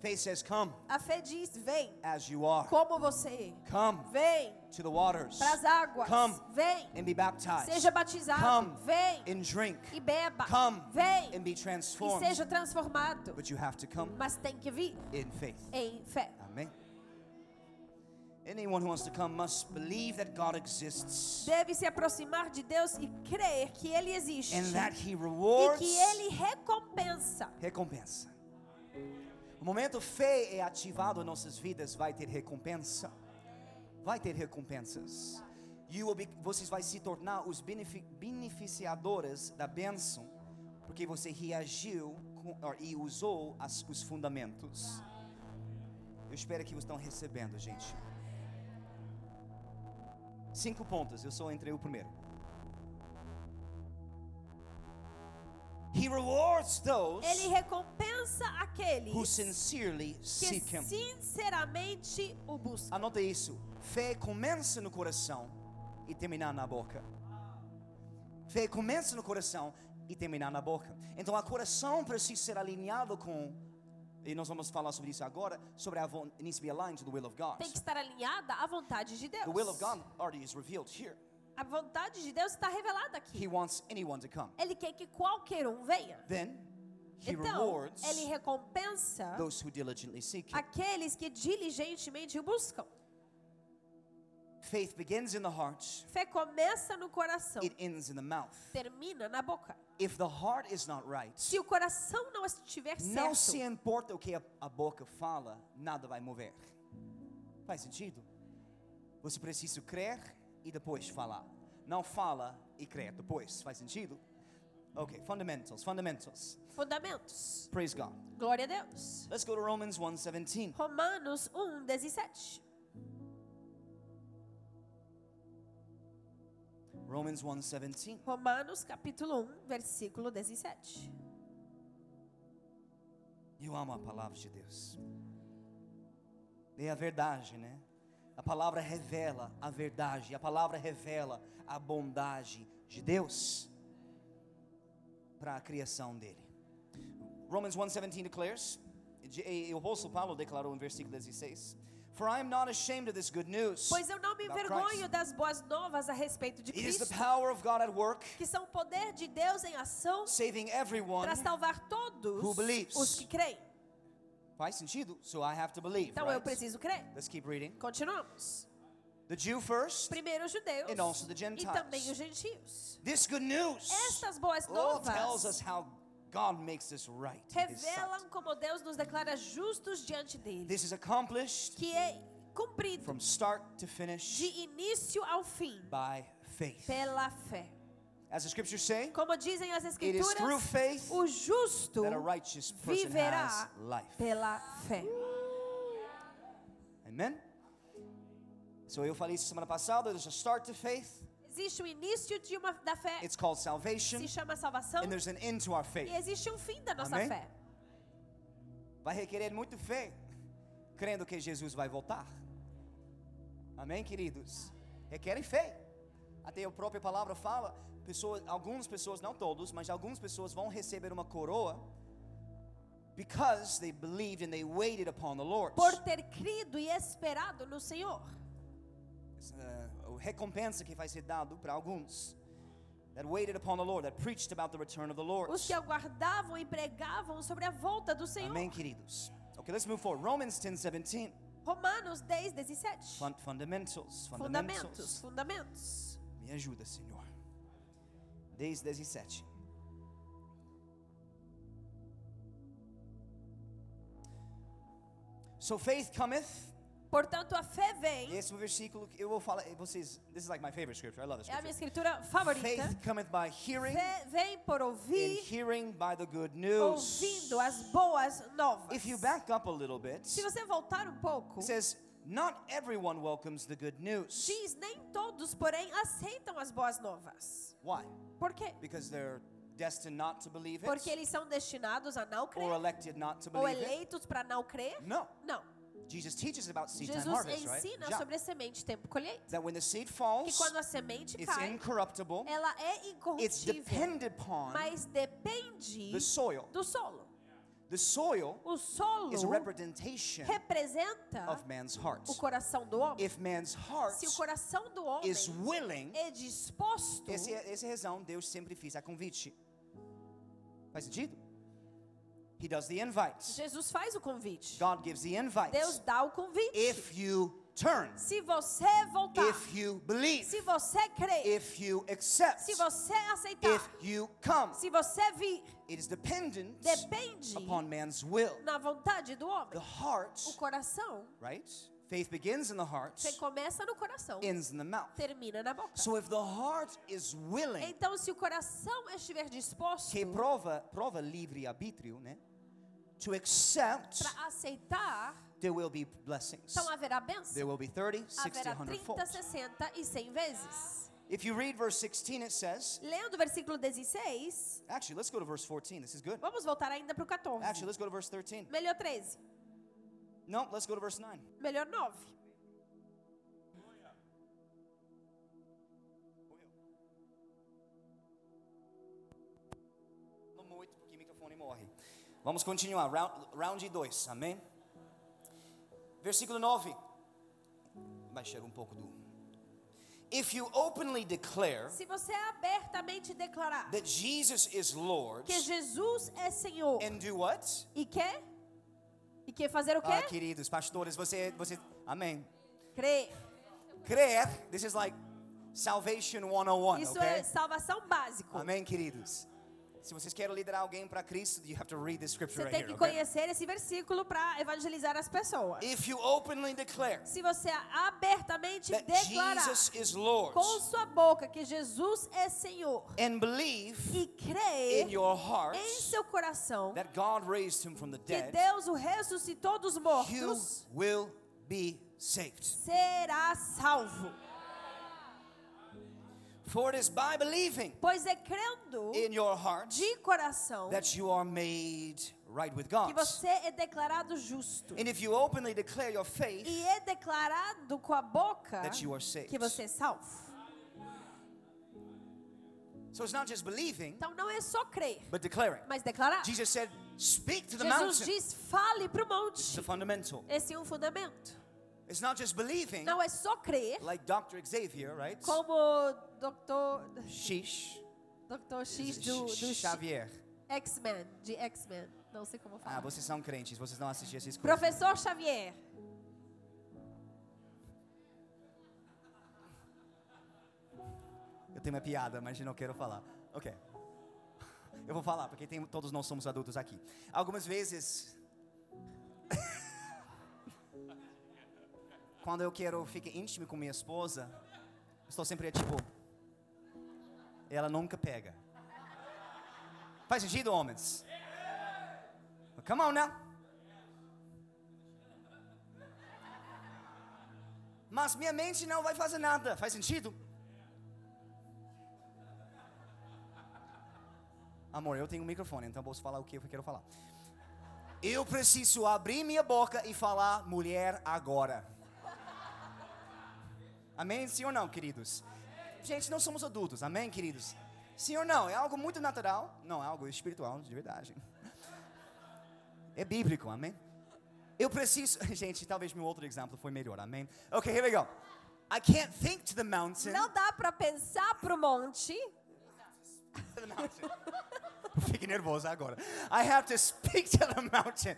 Faith says, Come
A fé diz: vem,
as you are.
como você. é.
Come
Vem
to the waters.
para as águas.
Come
Vem,
and be baptized.
seja batizado.
Come
vem
and drink.
e beba.
Come
vem
and be
e
transformed.
seja transformado.
But you have to come
Mas tem que vir
in faith.
em fé.
Amen. Anyone who wants to come must believe that God exists
Deve se aproximar de Deus e crer que Ele existe.
and that He
E
rewards.
que Ele recompensa.
Recompensa. O momento fé é ativado em nossas vidas, vai ter recompensa. Vai ter recompensas. You will be, vocês vai se tornar os benefi- beneficiadores da bênção, porque você reagiu com- or, e usou as- os fundamentos. Eu espero que vocês estão recebendo, gente. Cinco pontos, eu só entrei o primeiro. He rewards those
Ele recompensa aqueles
who sincerely
que
seek Him.
sinceramente o buscam.
Anota isso. Fé começa no coração e termina na boca. Fé começa no coração e termina na boca. Então, o coração precisa ser alinhado com. E nós vamos falar sobre isso agora. Sobre a von, it needs to be aligned to the will of God.
Tem que estar alinhada à vontade de Deus.
The will of God already is revealed here.
A vontade de Deus está revelada
He
aqui.
wants anyone to come.
Ele quer que qualquer um venha.
Then He
Então,
rewards
ele recompensa
those who diligently seek Him.
aqueles que diligentemente o buscam.
Faith begins in the heart.
Fé começa no coração,
It ends in the mouth.
termina na boca.
If the heart is not right,
Se o coração não estiver
Não se
certo,
importa o que a, a boca fala, nada vai mover. Faz sentido? Você precisa crer e depois falar. Não fala e crer depois. Faz sentido? Ok, fundamentals, fundamentals.
fundamentos.
Praise God.
Glória a Deus.
Let's go to Romans 1:17.
Romanos 1, 17.
Romans 1:17.
Romanos capítulo 1, versículo 17.
Eu amo a palavra de Deus. É a verdade, né? A palavra revela a verdade, a palavra revela a bondade de Deus para a criação dele. Romans 1:17 declares, de- e o apóstolo Paulo declarou em versículo 16: For I am not ashamed of this good news.
Pois eu não me
about
envergonho
Christ.
das boas novas a respeito de
It is
Cristo,
the power of God at work,
que são o poder de Deus em ação
saving everyone.
para salvar todos
Who believes.
os que creem.
Faz sentido? So I have to believe.
Então eu
right?
preciso crer.
Let's keep reading.
Continuamos.
The Jew first.
Primeiro os judeus
And also the
e
Gentiles.
também os gentios.
This good news
Estas boas
all tells
novas
us how God makes this right. in His sight.
revelam como Deus nos declara justos diante dele,
This is accomplished
que é cumprido
from start to finish
de início ao fim
by faith.
pela fé.
As the scriptures say,
Como dizem as
it is through
escrituras,
faith
o justo
that a righteous person has
viverá
life.
pela fé.
Amen? So eu falei isso semana passada, there's a start to faith,
Existe o início de uma, da fé,
it's called
se
salvation,
chama salvação,
and there's an end to our faith.
um e existe um fim da nossa
Amém?
fé.
Vai requerer muito fé, crendo que Jesus vai voltar. Amém, queridos? Requerem fé. Até a própria palavra fala, pessoas, algumas pessoas, não todos, mas algumas pessoas vão receber uma coroa because they believed and they waited upon the Lord.
Por ter crido e esperado no Senhor.
Uh, a recompensa que vai ser dado para alguns that waited upon the Lord, that preached about the return of the Lord.
Os que aguardavam e pregavam sobre a volta do Senhor.
Amém, queridos? Okay, let's move forward. Romans 10:17.
Romanos 10, 17.
Fun- fundamentals, fundamentals.
Fundamentos, fundamentos.
Me ajuda, Senhor. e 10, 17. So faith cometh. e
Portanto, a fé vem.
Esse é o versículo que eu vou falar. eh, Vocês, this is like my favorite scripture. I love this
É a minha
scripture.
escritura favorita.
Faith cometh by hearing,
Fé vem por
and
ouvir,
hearing by the good news.
ouvindo as boas novas.
If you back up a little bit,
Se
it
você voltar um pouco,
says, Not everyone welcomes the good news.
diz nem todos, porém, aceitam as boas novas.
Why?
Por quê?
Because they're destined not to believe
Porque
it,
eles são destinados a não
or
crer
elected not to
ou
believe it.
eleitos para não crer?
No.
Não.
Jesus teaches about seed time
Jesus
harvest, right?
ensina
Já.
sobre a semente tempo colheita,
That when the seed
que
falls,
quando a semente
it's
cai,
incorruptible.
ela é
It's
incorruptível,
dependent upon
mas depende
the soil.
do solo.
The soil
O solo
is a representation
representa
of man's heart.
o coração do homem.
If man's heart
Se o coração do homem
is willing,
é disposto,
essa essa é a razão Deus sempre fez a convite. Faz sentido? He does the invite.
Jesus faz o convite.
God gives the invite.
Deus dá o convite.
If you turn,
se você voltar,
if you believe,
se você crer,
if you accept,
se você aceitar,
if you come,
se você vir,
it is dependent
depende
upon man's will.
na vontade do
The
homem.
heart,
O coração,
right? Faith begins in the heart,
você começa no coração,
ends in the mouth.
termina na boca.
So if the heart is willing,
Então, se o coração estiver disposto
que prova, prova livre arbítrio, né? To accept,
para aceitar,
there will be blessings.
então haverá bênção.
There will be 30, 60,
Haverá
100 fold.
30, 60 e 100 vezes.
If you read verse 16, it says,
Lendo o versículo 16,
actually, let's go to verse 14. This is good.
Vamos voltar ainda para o 14.
Actually, let's go to verse 13.
melhor 13,
No, let's go to verse 9.
melhor 9.
Falo muito porque o microfone morre. Vamos continuar, round, round 2, amém? Versículo 9. Baixar um pouco do. If you openly declare
Se você abertamente declarar
that Jesus is Lord
que Jesus é Senhor
and do what?
e quer e quer fazer o quê?
Ah, queridos pastores, você você amém.
Crer.
Ah, Crer, this is like salvation 101,
Isso é
okay?
salvação básico.
Amém, queridos. Se vocês querem liderar alguém para Cristo, you have to read this scripture
Você
right
tem
here,
que
okay?
conhecer esse versículo para evangelizar as pessoas.
If you openly declare
Se você abertamente
that
declarar
Jesus is Lord
com sua boca que Jesus é Senhor
and believe
e
in
crer
your heart
em seu coração
that God raised him from the
que
dead,
Deus o ressuscitou dos
you
mortos,
will be saved.
será salvo.
For it is by believing
Pois é crendo
in your heart
de coração
that you are made right with
que
God.
você é declarado justo.
And if you openly declare your faith,
E é declarado com a boca
That you are saved.
que você é salvo.
so it's not just believing,
Então não é só crer,
but declaring.
mas declarar.
Jesus said, Speak to the
Jesus
mountain.
diz: fale para o
It's
monte.
the fundamental.
Esse é um fundamento.
It's not just believing,
Não é só crer,
like Dr. Xavier, right?
como Dr.
Sheesh.
Dr. X do, do X-
Xavier.
X-Men, de X-Men. Não sei como
Ah,
falar.
vocês são crentes, vocês não assistem esses coisas.
Professor Xavier.
Eu tenho uma piada, mas eu não quero falar. Ok. Eu vou falar, porque tem- todos nós somos adultos aqui. Algumas vezes. quando eu quero ficar íntimo com minha esposa, eu estou sempre tipo. Ela nunca pega. Faz sentido, homens? Come on né? now. Mas minha mente não vai fazer nada. Faz sentido? Amor, eu tenho um microfone, então eu posso falar o que eu quero falar. Eu preciso abrir minha boca e falar mulher agora. Amém? Sim ou não, queridos? Gente, não somos adultos, amém, queridos? Sim ou não? É algo muito natural, não, é algo espiritual, de verdade. É bíblico, amém? Eu preciso. Gente, talvez meu outro exemplo foi melhor, amém? Ok, here we go. I can't think to the mountain.
Não dá pra pensar pro monte.
to the mountain. Fiquei nervoso agora. I have to speak to the mountain.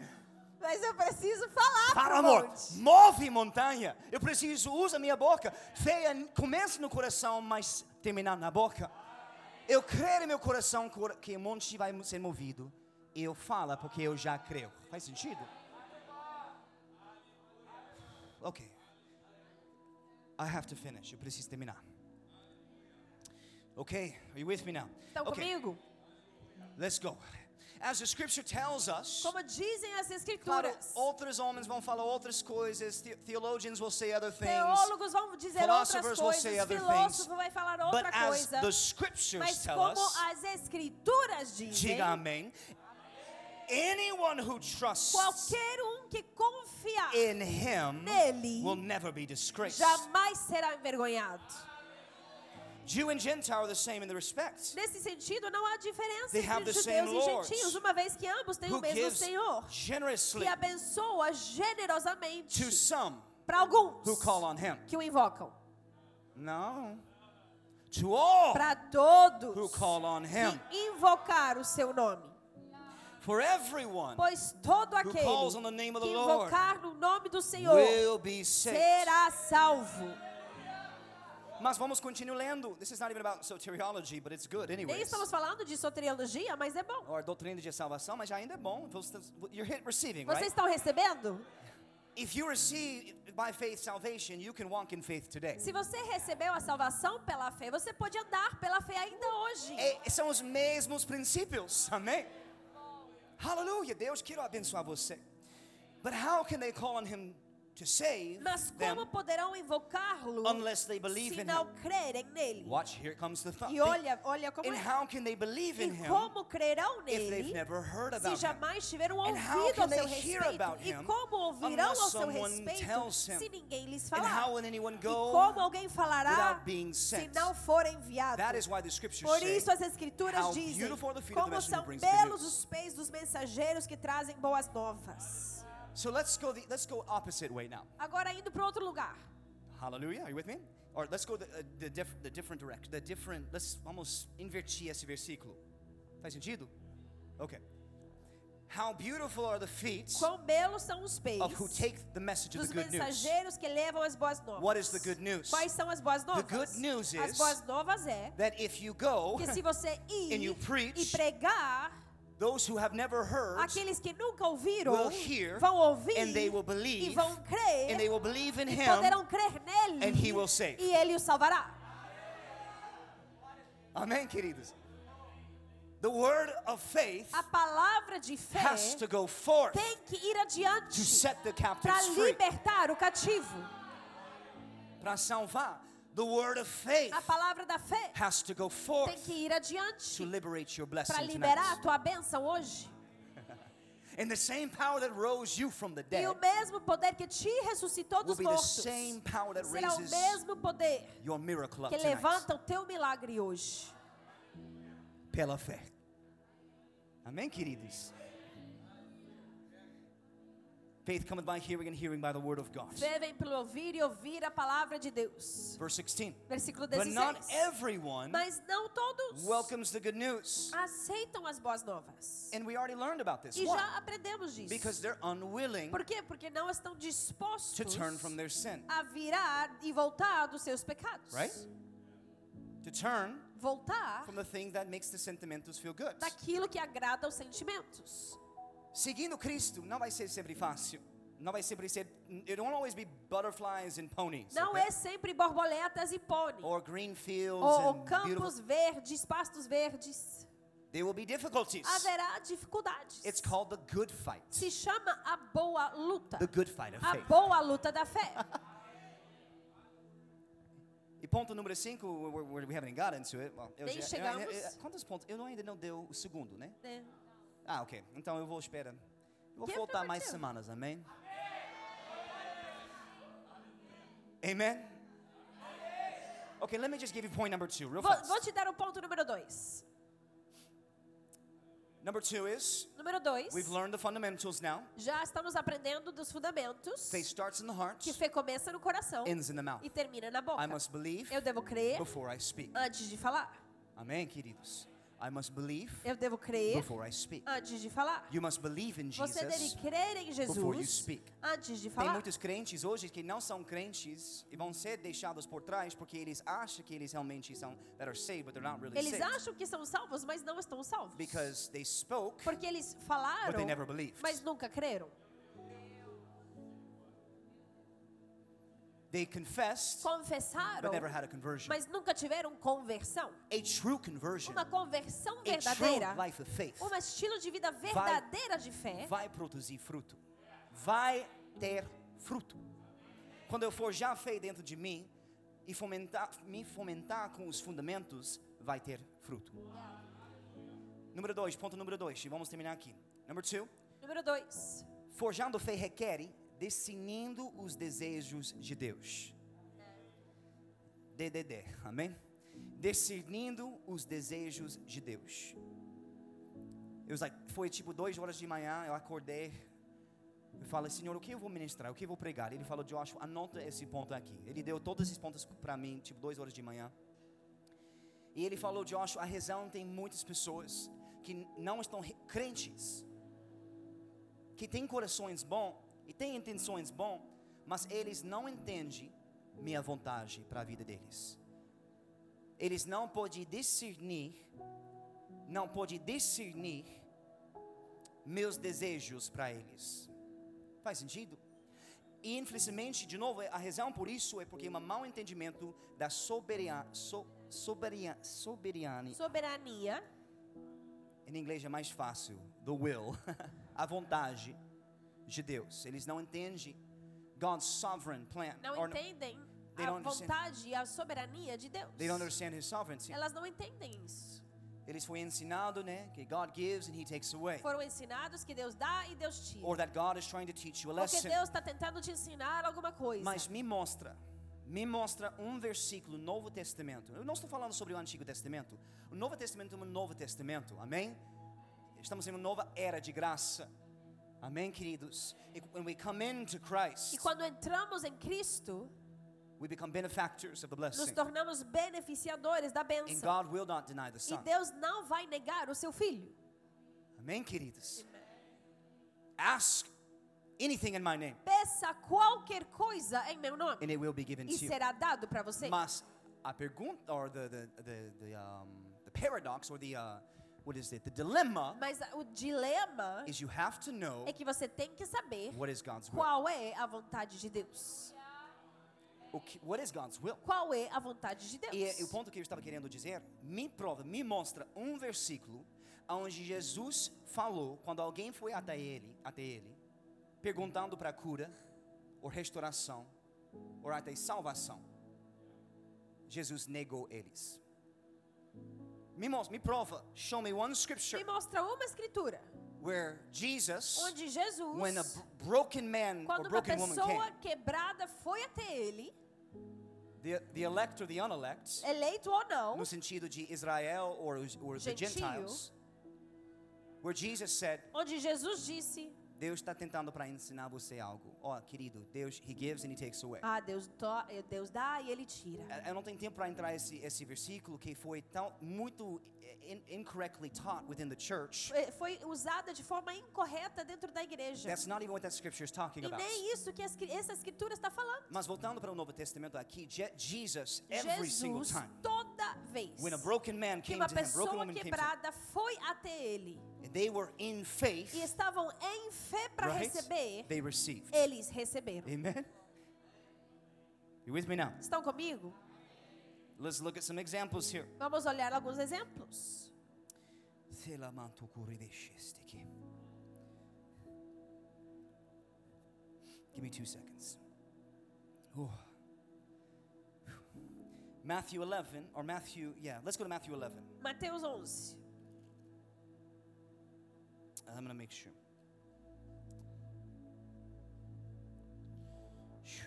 Mas eu preciso falar
Para
pro
amor,
monte.
move montanha. Eu preciso usar minha boca. Fé é- começa no coração, mas terminar na boca. Eu creio no meu coração cor- que o monte vai ser movido. Eu falo porque eu já creio. Faz sentido? Ok. I have to finish. Eu preciso terminar. Ok? Are you with me now?
Estão
Ok.
Então, comigo?
Let's go. As the scripture tells us,
Como dizem as
claro,
escrituras,
outros homens vão falar outras coisas, the- theologians will say other things.
teólogos vão dizer outras
philosophers will say
coisas,
other
filósofo
things.
vai falar
But
outra
as
coisa.
the scriptures
Mas
tell
como
us,
as escrituras dizem,
diga amém, anyone who trusts
qualquer um que confiar
in him
nele
will never be disgraced.
jamais será envergonhado.
Jew and Gentile are the same in the respect.
Nesse sentido, não há diferença
They have
entre
the
judeus
same
e
lords.
gentios, uma vez que ambos têm o
Who
mesmo
gives
Senhor, e
generously
que abençoa
to
generosamente
some
para alguns
who call on him.
que o invocam,
No. To all
para todos
who call on him.
que invocar o seu nome.
For everyone
Pois todo
who
aquele
calls on the name of the
que
Lord
invocar no nome do Senhor
will be saved.
será salvo.
Mas vamos continuar lendo. This is not even about soteriology, but it's good
Nem
anyways.
estamos falando de soteriologia, mas é bom.
Or doutrina de salvação, mas ainda é bom. Você- You're hit- receiving,
Vocês
right?
estão recebendo?
If you receive by faith salvation, you can walk in faith today.
Se você recebeu a salvação pela fé, você pode andar pela fé ainda hoje.
É- são os mesmos princípios, amém? Aleluia, Deus quero abençoar você. But how can they call on him to save
Mas como
them
poderão invocá-lo
unless they believe
se
in
não
him?
crerem nele?
Watch, here comes the thought.
E olha, olha como
And
é.
how can they believe in
E
him
como crerão
if they've
nele
never heard
se
about him?
jamais tiveram
And how
ouvido
can
ao
they
seu
hear
respeito?
about
E
him
como ouvirão ao
unless
seu
someone
respeito
tells him?
se ninguém lhes
And
falar?
how will anyone
E
go
como alguém falará
without being
se
sent?
não for enviado?
That is why the scriptures
Por
say,
isso as escrituras
how
dizem
beautiful the feet of the
como
messenger
são
who brings good
belos
news."
os pés dos mensageiros que trazem boas novas.
So let's go the, let's go opposite way now.
Agora indo para outro lugar.
Hallelujah. Are you with me? Or let's go the, uh, the, diff, the different direction. The different. Let's almost invertir esse versículo. Faz sentido? Okay. How beautiful are the feet
Quão belos são os pés
of who take the message of
dos
the good news.
mensageiros que levam as boas novas.
What is the good news?
Quais são as boas novas?
good news
as
is
boas novas é
That if you go,
que se você
And you
ir
preach,
e pregar,
those who have never heard
aqueles que nunca ouviram
will hear,
vão ouvir
and they will believe,
e vão crer
and they will believe in
e
him.
poderão crer nele
and he will save.
e ele o salvará.
Amém, queridos. The word of faith
A palavra de fé
has to go forth
tem que ir
to
adiante
set the
para
captives free.
libertar o cativo.
para salvar. The word of faith
A palavra da fé
has to go
tem que
forth
ir adiante
to liberate your
para
blessing
liberar a
tonight.
tua bênção hoje.
And the same power that rose you from the
E
dead
o mesmo poder que te ressuscitou
will
dos
be the
mortos
same power that
será o
raises
mesmo poder
your miracle up
que
tonight.
levanta o teu milagre hoje.
Pela fé. Amém, queridos? Faith cometh by hearing and hearing by the word of God.
Fé vem pelo ouvir e ouvir a palavra de Deus.
Verse 16.
Versículo
But
16.
not everyone
Mas não todos
welcomes the good news.
aceitam as boas novas.
And we already learned about this.
E
Why?
já aprendemos disso.
Because they're unwilling
Por quê? Porque não estão dispostos
to turn from their sin.
a virar e voltar dos seus pecados.
Right? To turn
voltar
from the thing that makes the sentimentos feel good.
daquilo que agrada aos sentimentos.
Seguindo Cristo não vai ser sempre fácil. Não vai sempre ser. It won't always be butterflies and ponies.
Não
okay?
é sempre borboletas e pônei. Ou,
Or green fields
ou
and beautiful.
campos verdes, pastos verdes.
There will be difficulties.
Haverá dificuldades.
It's called the good fight.
Se chama a boa luta.
The good fight of
A
faith.
boa luta da fé.
E ponto número 5, we haven't gotten to it. Well, eu
Nem
já- eu ainda-
chegamos.
eu- quantos pontos? Eu não- ainda não deu o segundo, né?
né?
Ah, ok. Então eu vou esperar. Eu vou
Give
voltar
number
mais
two.
semanas, amém? Amen? Okay, let me just give you point number two, real
Vou,
fast.
vou te dar o ponto número dois.
Number two is
Número dois.
we've learned the fundamentals now.
Já estamos aprendendo dos fundamentos.
Faith starts in the heart,
Que fé começa no coração
ends in the mouth.
e termina na boca.
I must believe
Eu Ah. devo crer
before I speak.
antes de falar.
Amém, queridos? I must believe
Eu devo crer
before I speak.
antes de falar.
You must believe in
Você
Jesus
deve crer em
before you
Jesus
speak.
antes de
Tem
falar.
muitos crentes hoje que não são crentes e vão ser deixados por trás porque eles acham que eles realmente são that are saved, but they're not really
Eles
saved
acham que são salvos, mas não estão salvos.
because they spoke,
Porque eles
but they
falaram,
never believed.
mas nunca creram.
They confessed,
Confessaram,
but never had a conversion.
mas nunca tiveram conversão.
A true conversion,
Uma conversão
a true
verdadeira,
life of faith,
um estilo de vida verdadeira de fé,
vai produzir fruto, vai ter fruto. Quando eu forjar a fé dentro de mim e fomentar, me fomentar com os fundamentos, vai ter fruto. Número dois, ponto número dois, e vamos terminar aqui. Number two.
Número 2.
Forjando fé requer definindo os desejos de Deus. DDD, amém? Decidindo os desejos de Deus. Eu, like, foi tipo duas horas de manhã, eu acordei. Eu falei, Senhor, o que eu vou ministrar? O que eu vou pregar? Ele falou, Joshua, anota esse ponto aqui. Ele deu todos esses pontos para mim, tipo duas horas de manhã. E ele falou, Joshua, a razão tem muitas pessoas que não estão re- crentes que tem corações bons e tem intenções bom, mas eles não entendem minha vontade para a vida deles. Eles não podem discernir, não podem discernir meus desejos para eles. Faz sentido? E infelizmente, de novo, a razão por isso é porque é um mau entendimento da soberania, so, soberania, soberania,
Soberania,
em inglês é mais fácil, the will, a vontade de Deus. Eles não entendem God's sovereign plan.
não
or
entendem
they
a
don't understand.
vontade e a soberania de Deus.
They don't understand His sovereignty.
Elas não entendem isso.
Eles foram ensinados, né, que God gives and He takes away,
Foram ensinados que Deus dá e Deus tira.
or that God is trying to teach you a
Porque
lesson.
Deus né? está tentando te ensinar alguma coisa.
Mas me mostra, me mostra um versículo do Novo Testamento. Eu não estou falando sobre o Antigo Testamento. O Novo Testamento é um novo Testamento, amém? Estamos em uma nova era de graça, amém, queridos? E when we come into Christ,
E quando entramos em Cristo,
We become benefactors of the
nos
blessing.
tornamos beneficiadores da
And
bênção.
God will not deny the
E
Son.
Deus não vai negar o seu filho.
Amém, queridos? Ask anything in my name,
Peça qualquer coisa em meu nome
and it will be given
e
to you.
será dado para você.
Mas a pergunta, or the, the, the, the, um, the paradox, or the, uh, what is it? The dilemma
Mas ah, o dilema
is you have to know
é que você tem que saber
what is God's will.
qual é a vontade de Deus.
O que- What is God's will?
Qual é a vontade de Deus?
E é- o ponto que eu estava querendo dizer, me prova, me mostra um versículo onde Jesus falou quando alguém foi até ele, até ele, perguntando para cura, ou restauração, ou até salvação. Jesus negou eles. Me mostra, me prova, show me one
Me
scripture
mostra uma escritura
where Jesus,
onde Jesus,
when a bro- broken man or
quando uma
broken woman
pessoa
came,
quebrada foi até ele,
the, the elect or the unelect,
eleito ou não,
no sentido de Israel or, os- or the
Gentio.
Gentiles, where Jesus said,
onde Jesus disse:
Deus está tentando para ensinar você algo. Ó, querido, Deus, He gives and He takes away.
Ah, Deus, to- Deus dá e ele tira.
Eu- Eu não tenho tempo para entrar esse esse versículo que foi tão muito eh, in, incorrectly taught within the church.
Foi- Foi usada de forma incorreta dentro da igreja.
That's not even what that scripture is talking
é. E
about.
nem isso que a escri- essa escritura está falando.
Mas voltando para o Novo Testamento aqui, Je Jesus every single
Jesus,
time
toda vez
when a broken man
que
came
uma
to him, broken
pessoa
woman came to him,
quebrada foi até ele
and they were in
e
faith,
estavam em fé para
right?
receber,
They received.
eles receberam.
Amen. You with me now?
Estão comigo?
Let's look at some examples here.
Vamos olhar alguns exemplos.
Give me two seconds. Oh. Matthew 11, or Matthew, yeah, let's go to Matthew 11.
Mateus 11.
Uh, I'm going to make sure. Phew.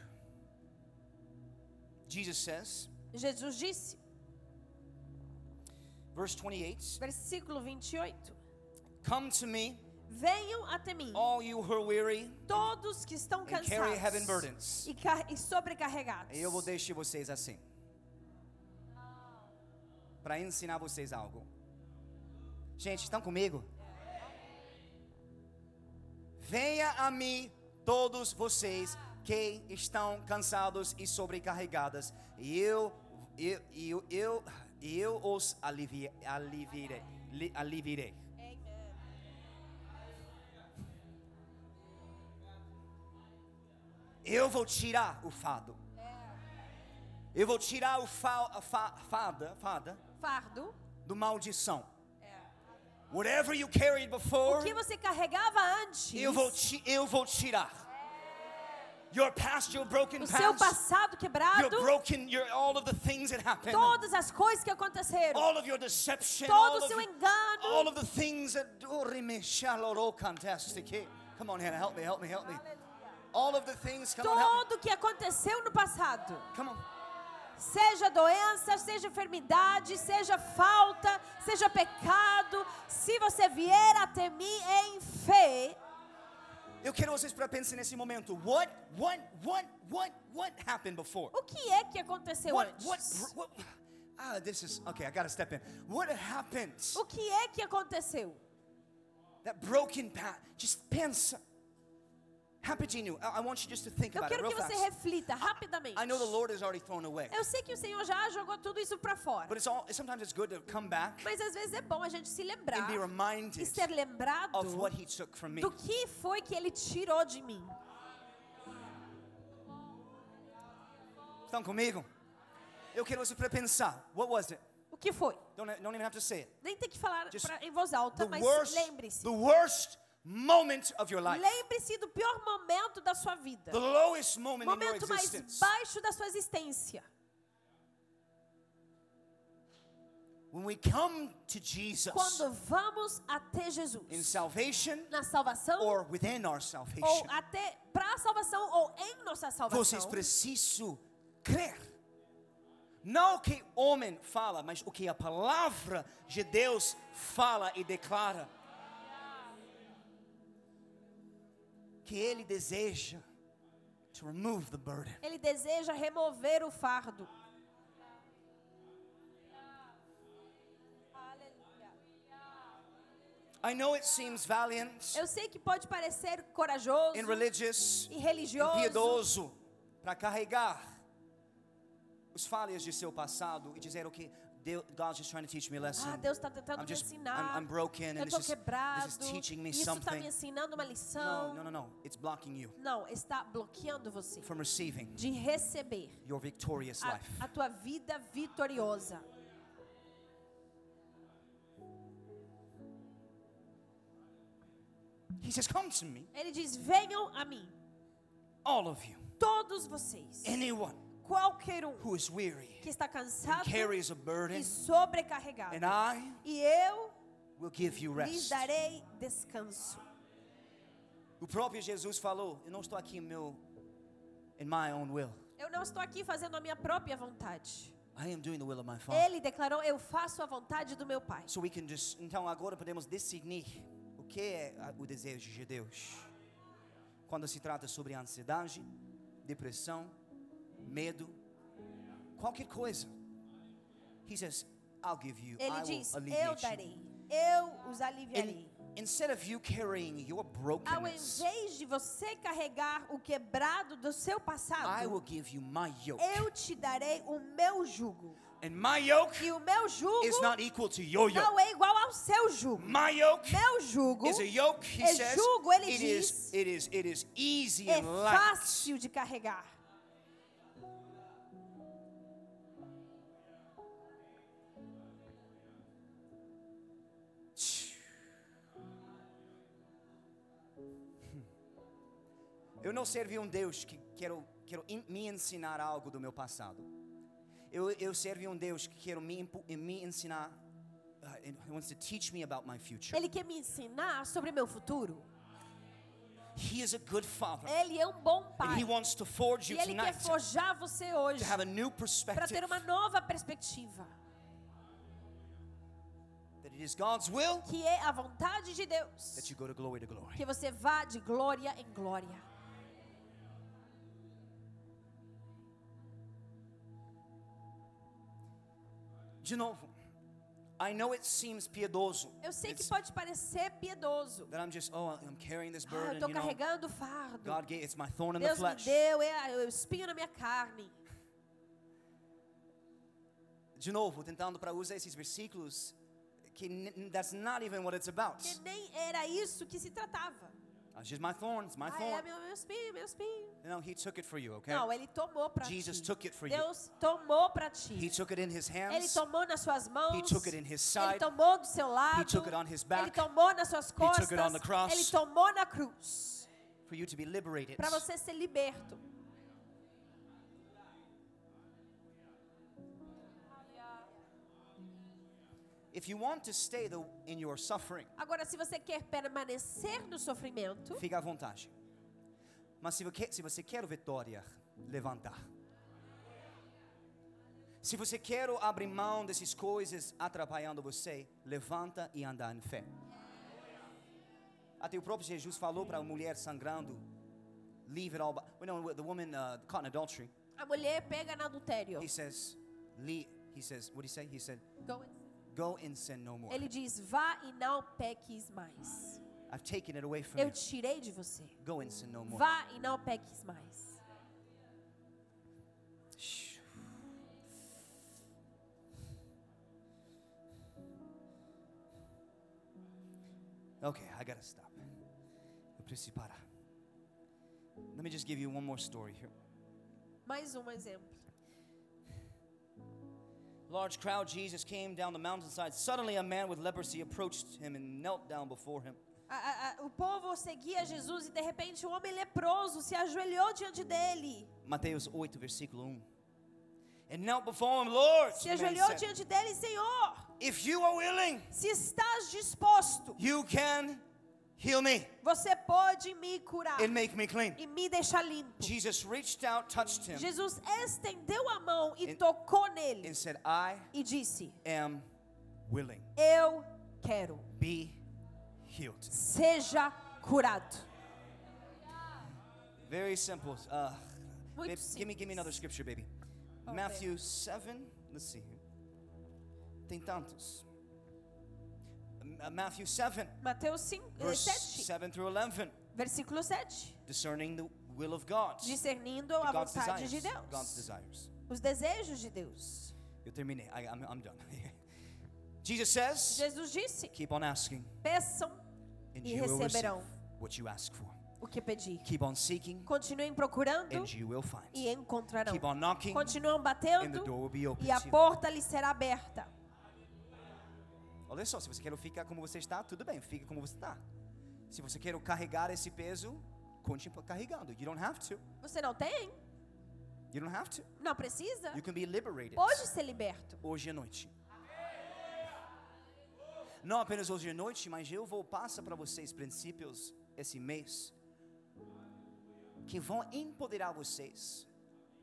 Jesus says,
Jesus disse,
verse 28,
versículo 28.
Come to me,
Venham até mim,
all you who are weary,
todos que estão
Oh, and carry heavy
cansados
burdens.
e, ca- e sobrecarregados.
Eu vou deixar vocês assim. Para ensinar vocês algo. Gente, estão comigo? Venha a mim todos vocês que estão cansados e sobrecarregadas, e eu eu eu eu, eu os alivi, alivirei, li- alivirei. Eu vou tirar o fado. Eu vou tirar o fa, a fa, fada, fada
Fardo,
do maldição. Whatever you carried before,
o que você carregava antes,
eu vou, ti- eu vou tirar. Your past, your broken
o seu
past,
passado
your
quebrado,
broken, your all of the things that happened,
todas as coisas que aconteceram,
all of your deception, all
todo o
of,
seu
your-
engano,
all of the things that oh, reme- shaloro kantastike. Come on, Hannah, help me, help me, help me. All of the things, come on, help
tudo o que aconteceu no passado,
me. Come on.
seja doença, seja enfermidade, seja falta, seja pecado, se você vier até mim em fé,
Eu quero vocês para pensar nesse momento. What, what, what, what, what happened before?
o que é que aconteceu
What,
antes?
what, what, ah, this is, okay, I gotta step in. What happened?
O que é que aconteceu?
That broken path. Just pensa. Rapidinho. I, I want you just to think
Eu
about it
quero
real
que você
fast.
reflita rapidamente.
I know the Lord has already thrown away.
Eu sei que o Senhor já jogou tudo isso para fora,
But it's all, sometimes it's good to come back
mas às vezes é bom a gente se
and
lembrar
be
e
reminded
ser lembrado
of what He took from me.
do que foi que Ele tirou de mim.
Estão comigo? Eu quero você para pensar. What was it?
O que foi?
Don't, don't even have to say it.
Nem tem que falar
Just
pra- em voz alta,
The
mas
worst,
lembre-se.
the worst moment of your life.
Lembre-se do pior momento da sua vida.
The lowest moment in your
Momento mais
existence.
baixo da sua existência.
When we come to Jesus
Quando vamos até
in
Jesus,
salvation
na salvação
or within our
ou
salvation,
até para a salvação ou em nossa
vocês
salvação.
precisam crer. Não o que homem fala, mas o que a palavra de Deus fala e declara. Que Ele deseja to remove the burden.
Ele deseja remover o fardo.
I know it seems valiant
Eu sei que pode parecer corajoso
and religious
e
e
religioso
Um piedoso para carregar os falhas de seu passado e dizer o que Deus God's just trying to teach me a lesson.
Ah, Deus está tentando
I'm
me
just-
ensinar.
I'm- I'm broken and
eu
this
estou
is- this is
quebrado.
teaching me
Isso está
something.
me ensinando uma
no,
lição.
no, no, no. It's blocking you
Não, está bloqueando você
from receiving
de Ah, receber
your victorious
a,
life.
a tua vida vitoriosa.
He says, "Come to me,
Ele diz: Venham a mim,
all of you,
todos vocês,
anyone
qualquer um
who is weary,
que está cansado
carries a burden,
e sobrecarregado,
and I
e eu
will give you rest."
lhes darei descanso.
O próprio Jesus falou: "Eu não estou aqui em meu in my own will.
Eu não estou aqui fazendo a minha própria vontade.
I am doing the will of my Father."
Ele declarou: Eu faço a vontade do meu Pai.
So we can just, então agora podemos definir o que é a- o desejo de Deus. Quando se trata sobre ansiedade, depressão, medo, qualquer coisa. He says, I'll give you, I
Ele
will
diz: Eu
alleviate you."
darei, eu os
And
aliviarei.
instead of you carrying your
Ao
brokenness,
invés de você carregar o quebrado do seu
I
passado,
will give you my yoke.
eu te darei o meu jugo.
And my yoke
E o meu jugo
is not equal to your yoke.
não é igual ao seu jugo.
My yoke
Meu jugo
is a yoke, he
é
says.
jugo, ele
It
diz.
is, it is, it is easy
é
and light.
fácil de carregar.
Eu não servi um Deus que quero, quero in- me ensinar algo do meu passado. Eu, eu servi um Deus que quero me, impu- eh, me ensinar. Uh, he wants to teach me about my future.
Ele quer me ensinar sobre meu futuro.
He is a good father.
Ele é um bom
And
pai.
he wants to forge
E
you
ele quer
tonight
forjar você hoje
to have a new
para
perspective
ter uma nova perspectiva,
that it is God's will
que é a vontade de Deus,
that you go to glory to glory.
que você vá de glória em glória.
De novo, I know it seems piedoso.
Eu sei que
It's-
pode parecer piedoso.
that I'm just oh I'm carrying this
Ah, eu
burden.
estou
you know,
carregando o fardo.
God gave it's my thorn in the
Deus me
flesh.
deu é, o espinho na minha carne.
De novo, tentando para usar esses versículos que n- that's not even what it's about.
Que nem era isso que se tratava.
It's just my thorn. It's my
Ah, é
thorn.
meu, meu espinho, meu espinho.
No, He took it for you. Okay.
Não, ele tomou para ti.
Jesus took it for you.
Deus tomou para
He
ti.
took it in His
Ele
hands.
tomou nas suas mãos.
He took it in his
Ele
side.
tomou do seu lado.
He took it on his back.
Ele tomou nas suas
took
costas.
it on the cross.
Ele tomou na cruz
For you to be liberated.
para você ser liberto.
If you want to stay the, in your suffering,
Agora, se você quer permanecer no sofrimento,
fica à vontade. Mas se você, se você quer vitória, levantar. Se você quer abrir mão dessas coisas atrapalhando você, levanta e anda em fé. Até o próprio Jesus falou para a mulher sangrando, leave it all. But, no, the woman uh, caught in adultery.
a mulher pega no adultério.
He says, "Le-" he says, what did he say? He said,
Go and-
go and sin no more.
Ele diz: vá e não peques mais.
I've taken it away from
Eu
you.
tirei de você.
Go and sin no more.
Vá e não peques mais.
Okay, I gotta stop. Eu preciso parar. Let me just give you one more story here.
Mais um exemplo.
Large crowd, Jesus came down the mountainside. Suddenly, a man with leprosy approached him and knelt down before him.
A- a- a- o povo seguia Jesus e de repente um homem leproso se ajoelhou diante dele.
Mateus 8, versículo 1. And knelt before him, Lord,
Se
the man
ajoelhou
said,
diante dele, Senhor,
if you are willing,
se estás disposto,
you can heal me
você pode me curar
and make me clean.
e me deixar limpo.
Jesus reached out, touched him,
Jesus estendeu a mão e
And-
tocou nele
and said, I
e disse:
am willing.
Eu quero,
Be healed.
seja curado.
Very simple. Uh,
Muito
babe, give me, give me another scripture, baby.
Oh,
Matthew seven. Let's see here. Tem tantos. M- uh, Matthew seven,
Mateus 5,
verse
7,
seven through eleven.
versículo 7.
Discerning the will of God.
Discernindo
The
a
God's
vontade
desires.
de
God's
Deus,
desires.
os desejos de Deus.
Eu terminei. I, I'm, I'm done. Jesus says,
Jesus disse:
keep on asking,
Peçam
and
E
you will receive
receberão.
what you ask for.
o que pedir.
Keep on seeking,
Continuem procurando
and you will find.
e encontrarão.
Keep on knocking,
Continuam
and the
batendo
door will be open
e a
to you.
porta lhe será aberta.
Olha só, se você quer ficar como você está, tudo bem, fica como você está. Se você quer carregar esse peso, continue carregando. You don't have to.
Você não tem?
You don't have to.
Não precisa?
You can be liberated
Pode ser liberto.
hoje à noite. Não apenas hoje à noite, mas eu vou passar para vocês princípios esse mês que vão empoderar vocês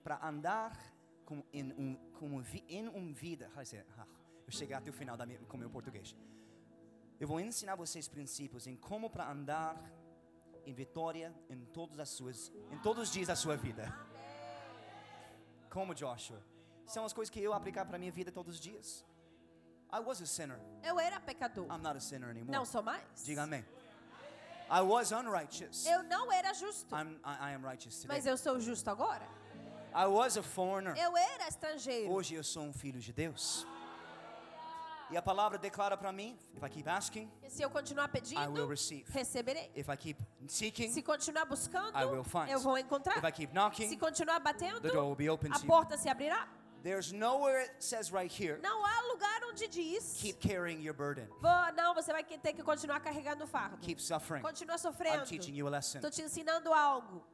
para andar com, em, um, como vi, em um vida. Ai, sei- ah, Eu cheguei até o final da minha, com meu português. Eu vou ensinar vocês princípios em como para andar em vitória em todas as suas, em todos os dias da sua vida. Como Joshua, são as coisas que eu aplicar para minha vida todos os dias. I was a sinner.
Eu era pecador.
I'm not a sinner anymore.
Não sou mais.
Diga amém. I was unrighteous.
Eu não era justo,
I'm, I, I am righteous today.
mas eu sou justo agora.
I was a foreigner.
Eu era estrangeiro.
Hoje eu sou um filho de Deus. E a palavra declara para mim: if I keep asking,
E se eu continuar
I will
pedindo,
receive.
receberei.
If I keep
Se
seeking,
continuar buscando,
I will find.
eu vou encontrar.
If I keep
Se
knocking,
continuar batendo,
the door will be open
a
to you.
porta se abrirá.
There's nowhere it says right here,
Não há lugar onde diz.
keep carrying your burden,
"Vou- não, você vai que- ter que continuar carregando o fardo.
keep suffering.
Continua sofrendo.
I'm teaching you a lesson.
Estou te ensinando algo.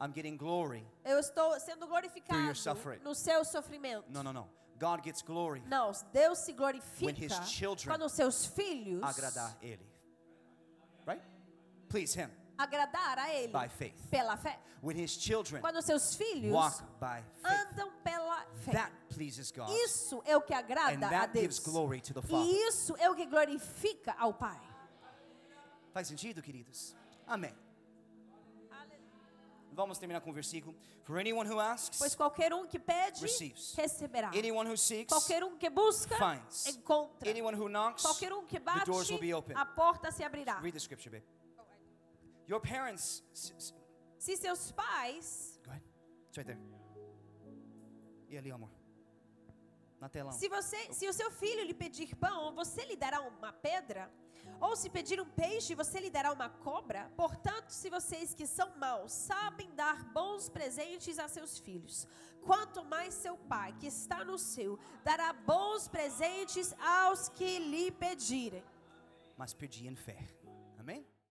I'm getting glory.
Eu estou sendo glorificado
Through your suffering.
no seu sofrimento.
No, no, no. God gets glory
Não, Deus se glorifica
When his children
quando os seus filhos
agradar ele. Right? Please him
agradar a Ele
by faith.
pela fé.
When his children
Quando os seus filhos
walk by faith.
andam pela fé.
That pleases God.
Isso é o que
And
agrada a
that
Deus.
gives glory to the Father.
E isso é o que glorifica ao Pai.
Faz sentido, queridos? Amém. Vamos terminar com o versículo. For anyone who
Pois
asks,
qualquer um que pede,
Receives.
receberá.
anyone who seeks,
Qualquer um que busca,
finds.
encontra.
anyone who knocks,
Qualquer um que bate,
the doors will be open.
a porta se abrirá.
Read the scripture, babe. Your parents. s- s-
Se seus pais,
Go ahead. It's right there. E ali, amor. Na telão.
se você, se o seu filho lhe pedir pão, você lhe dará uma pedra? Ou se pedir um peixe, você lhe dará uma cobra? Portanto, se vocês que são maus sabem dar bons presentes a seus filhos, quanto mais seu pai que está no céu dará bons presentes aos que lhe pedirem.
Mas pedi em fé. Amém?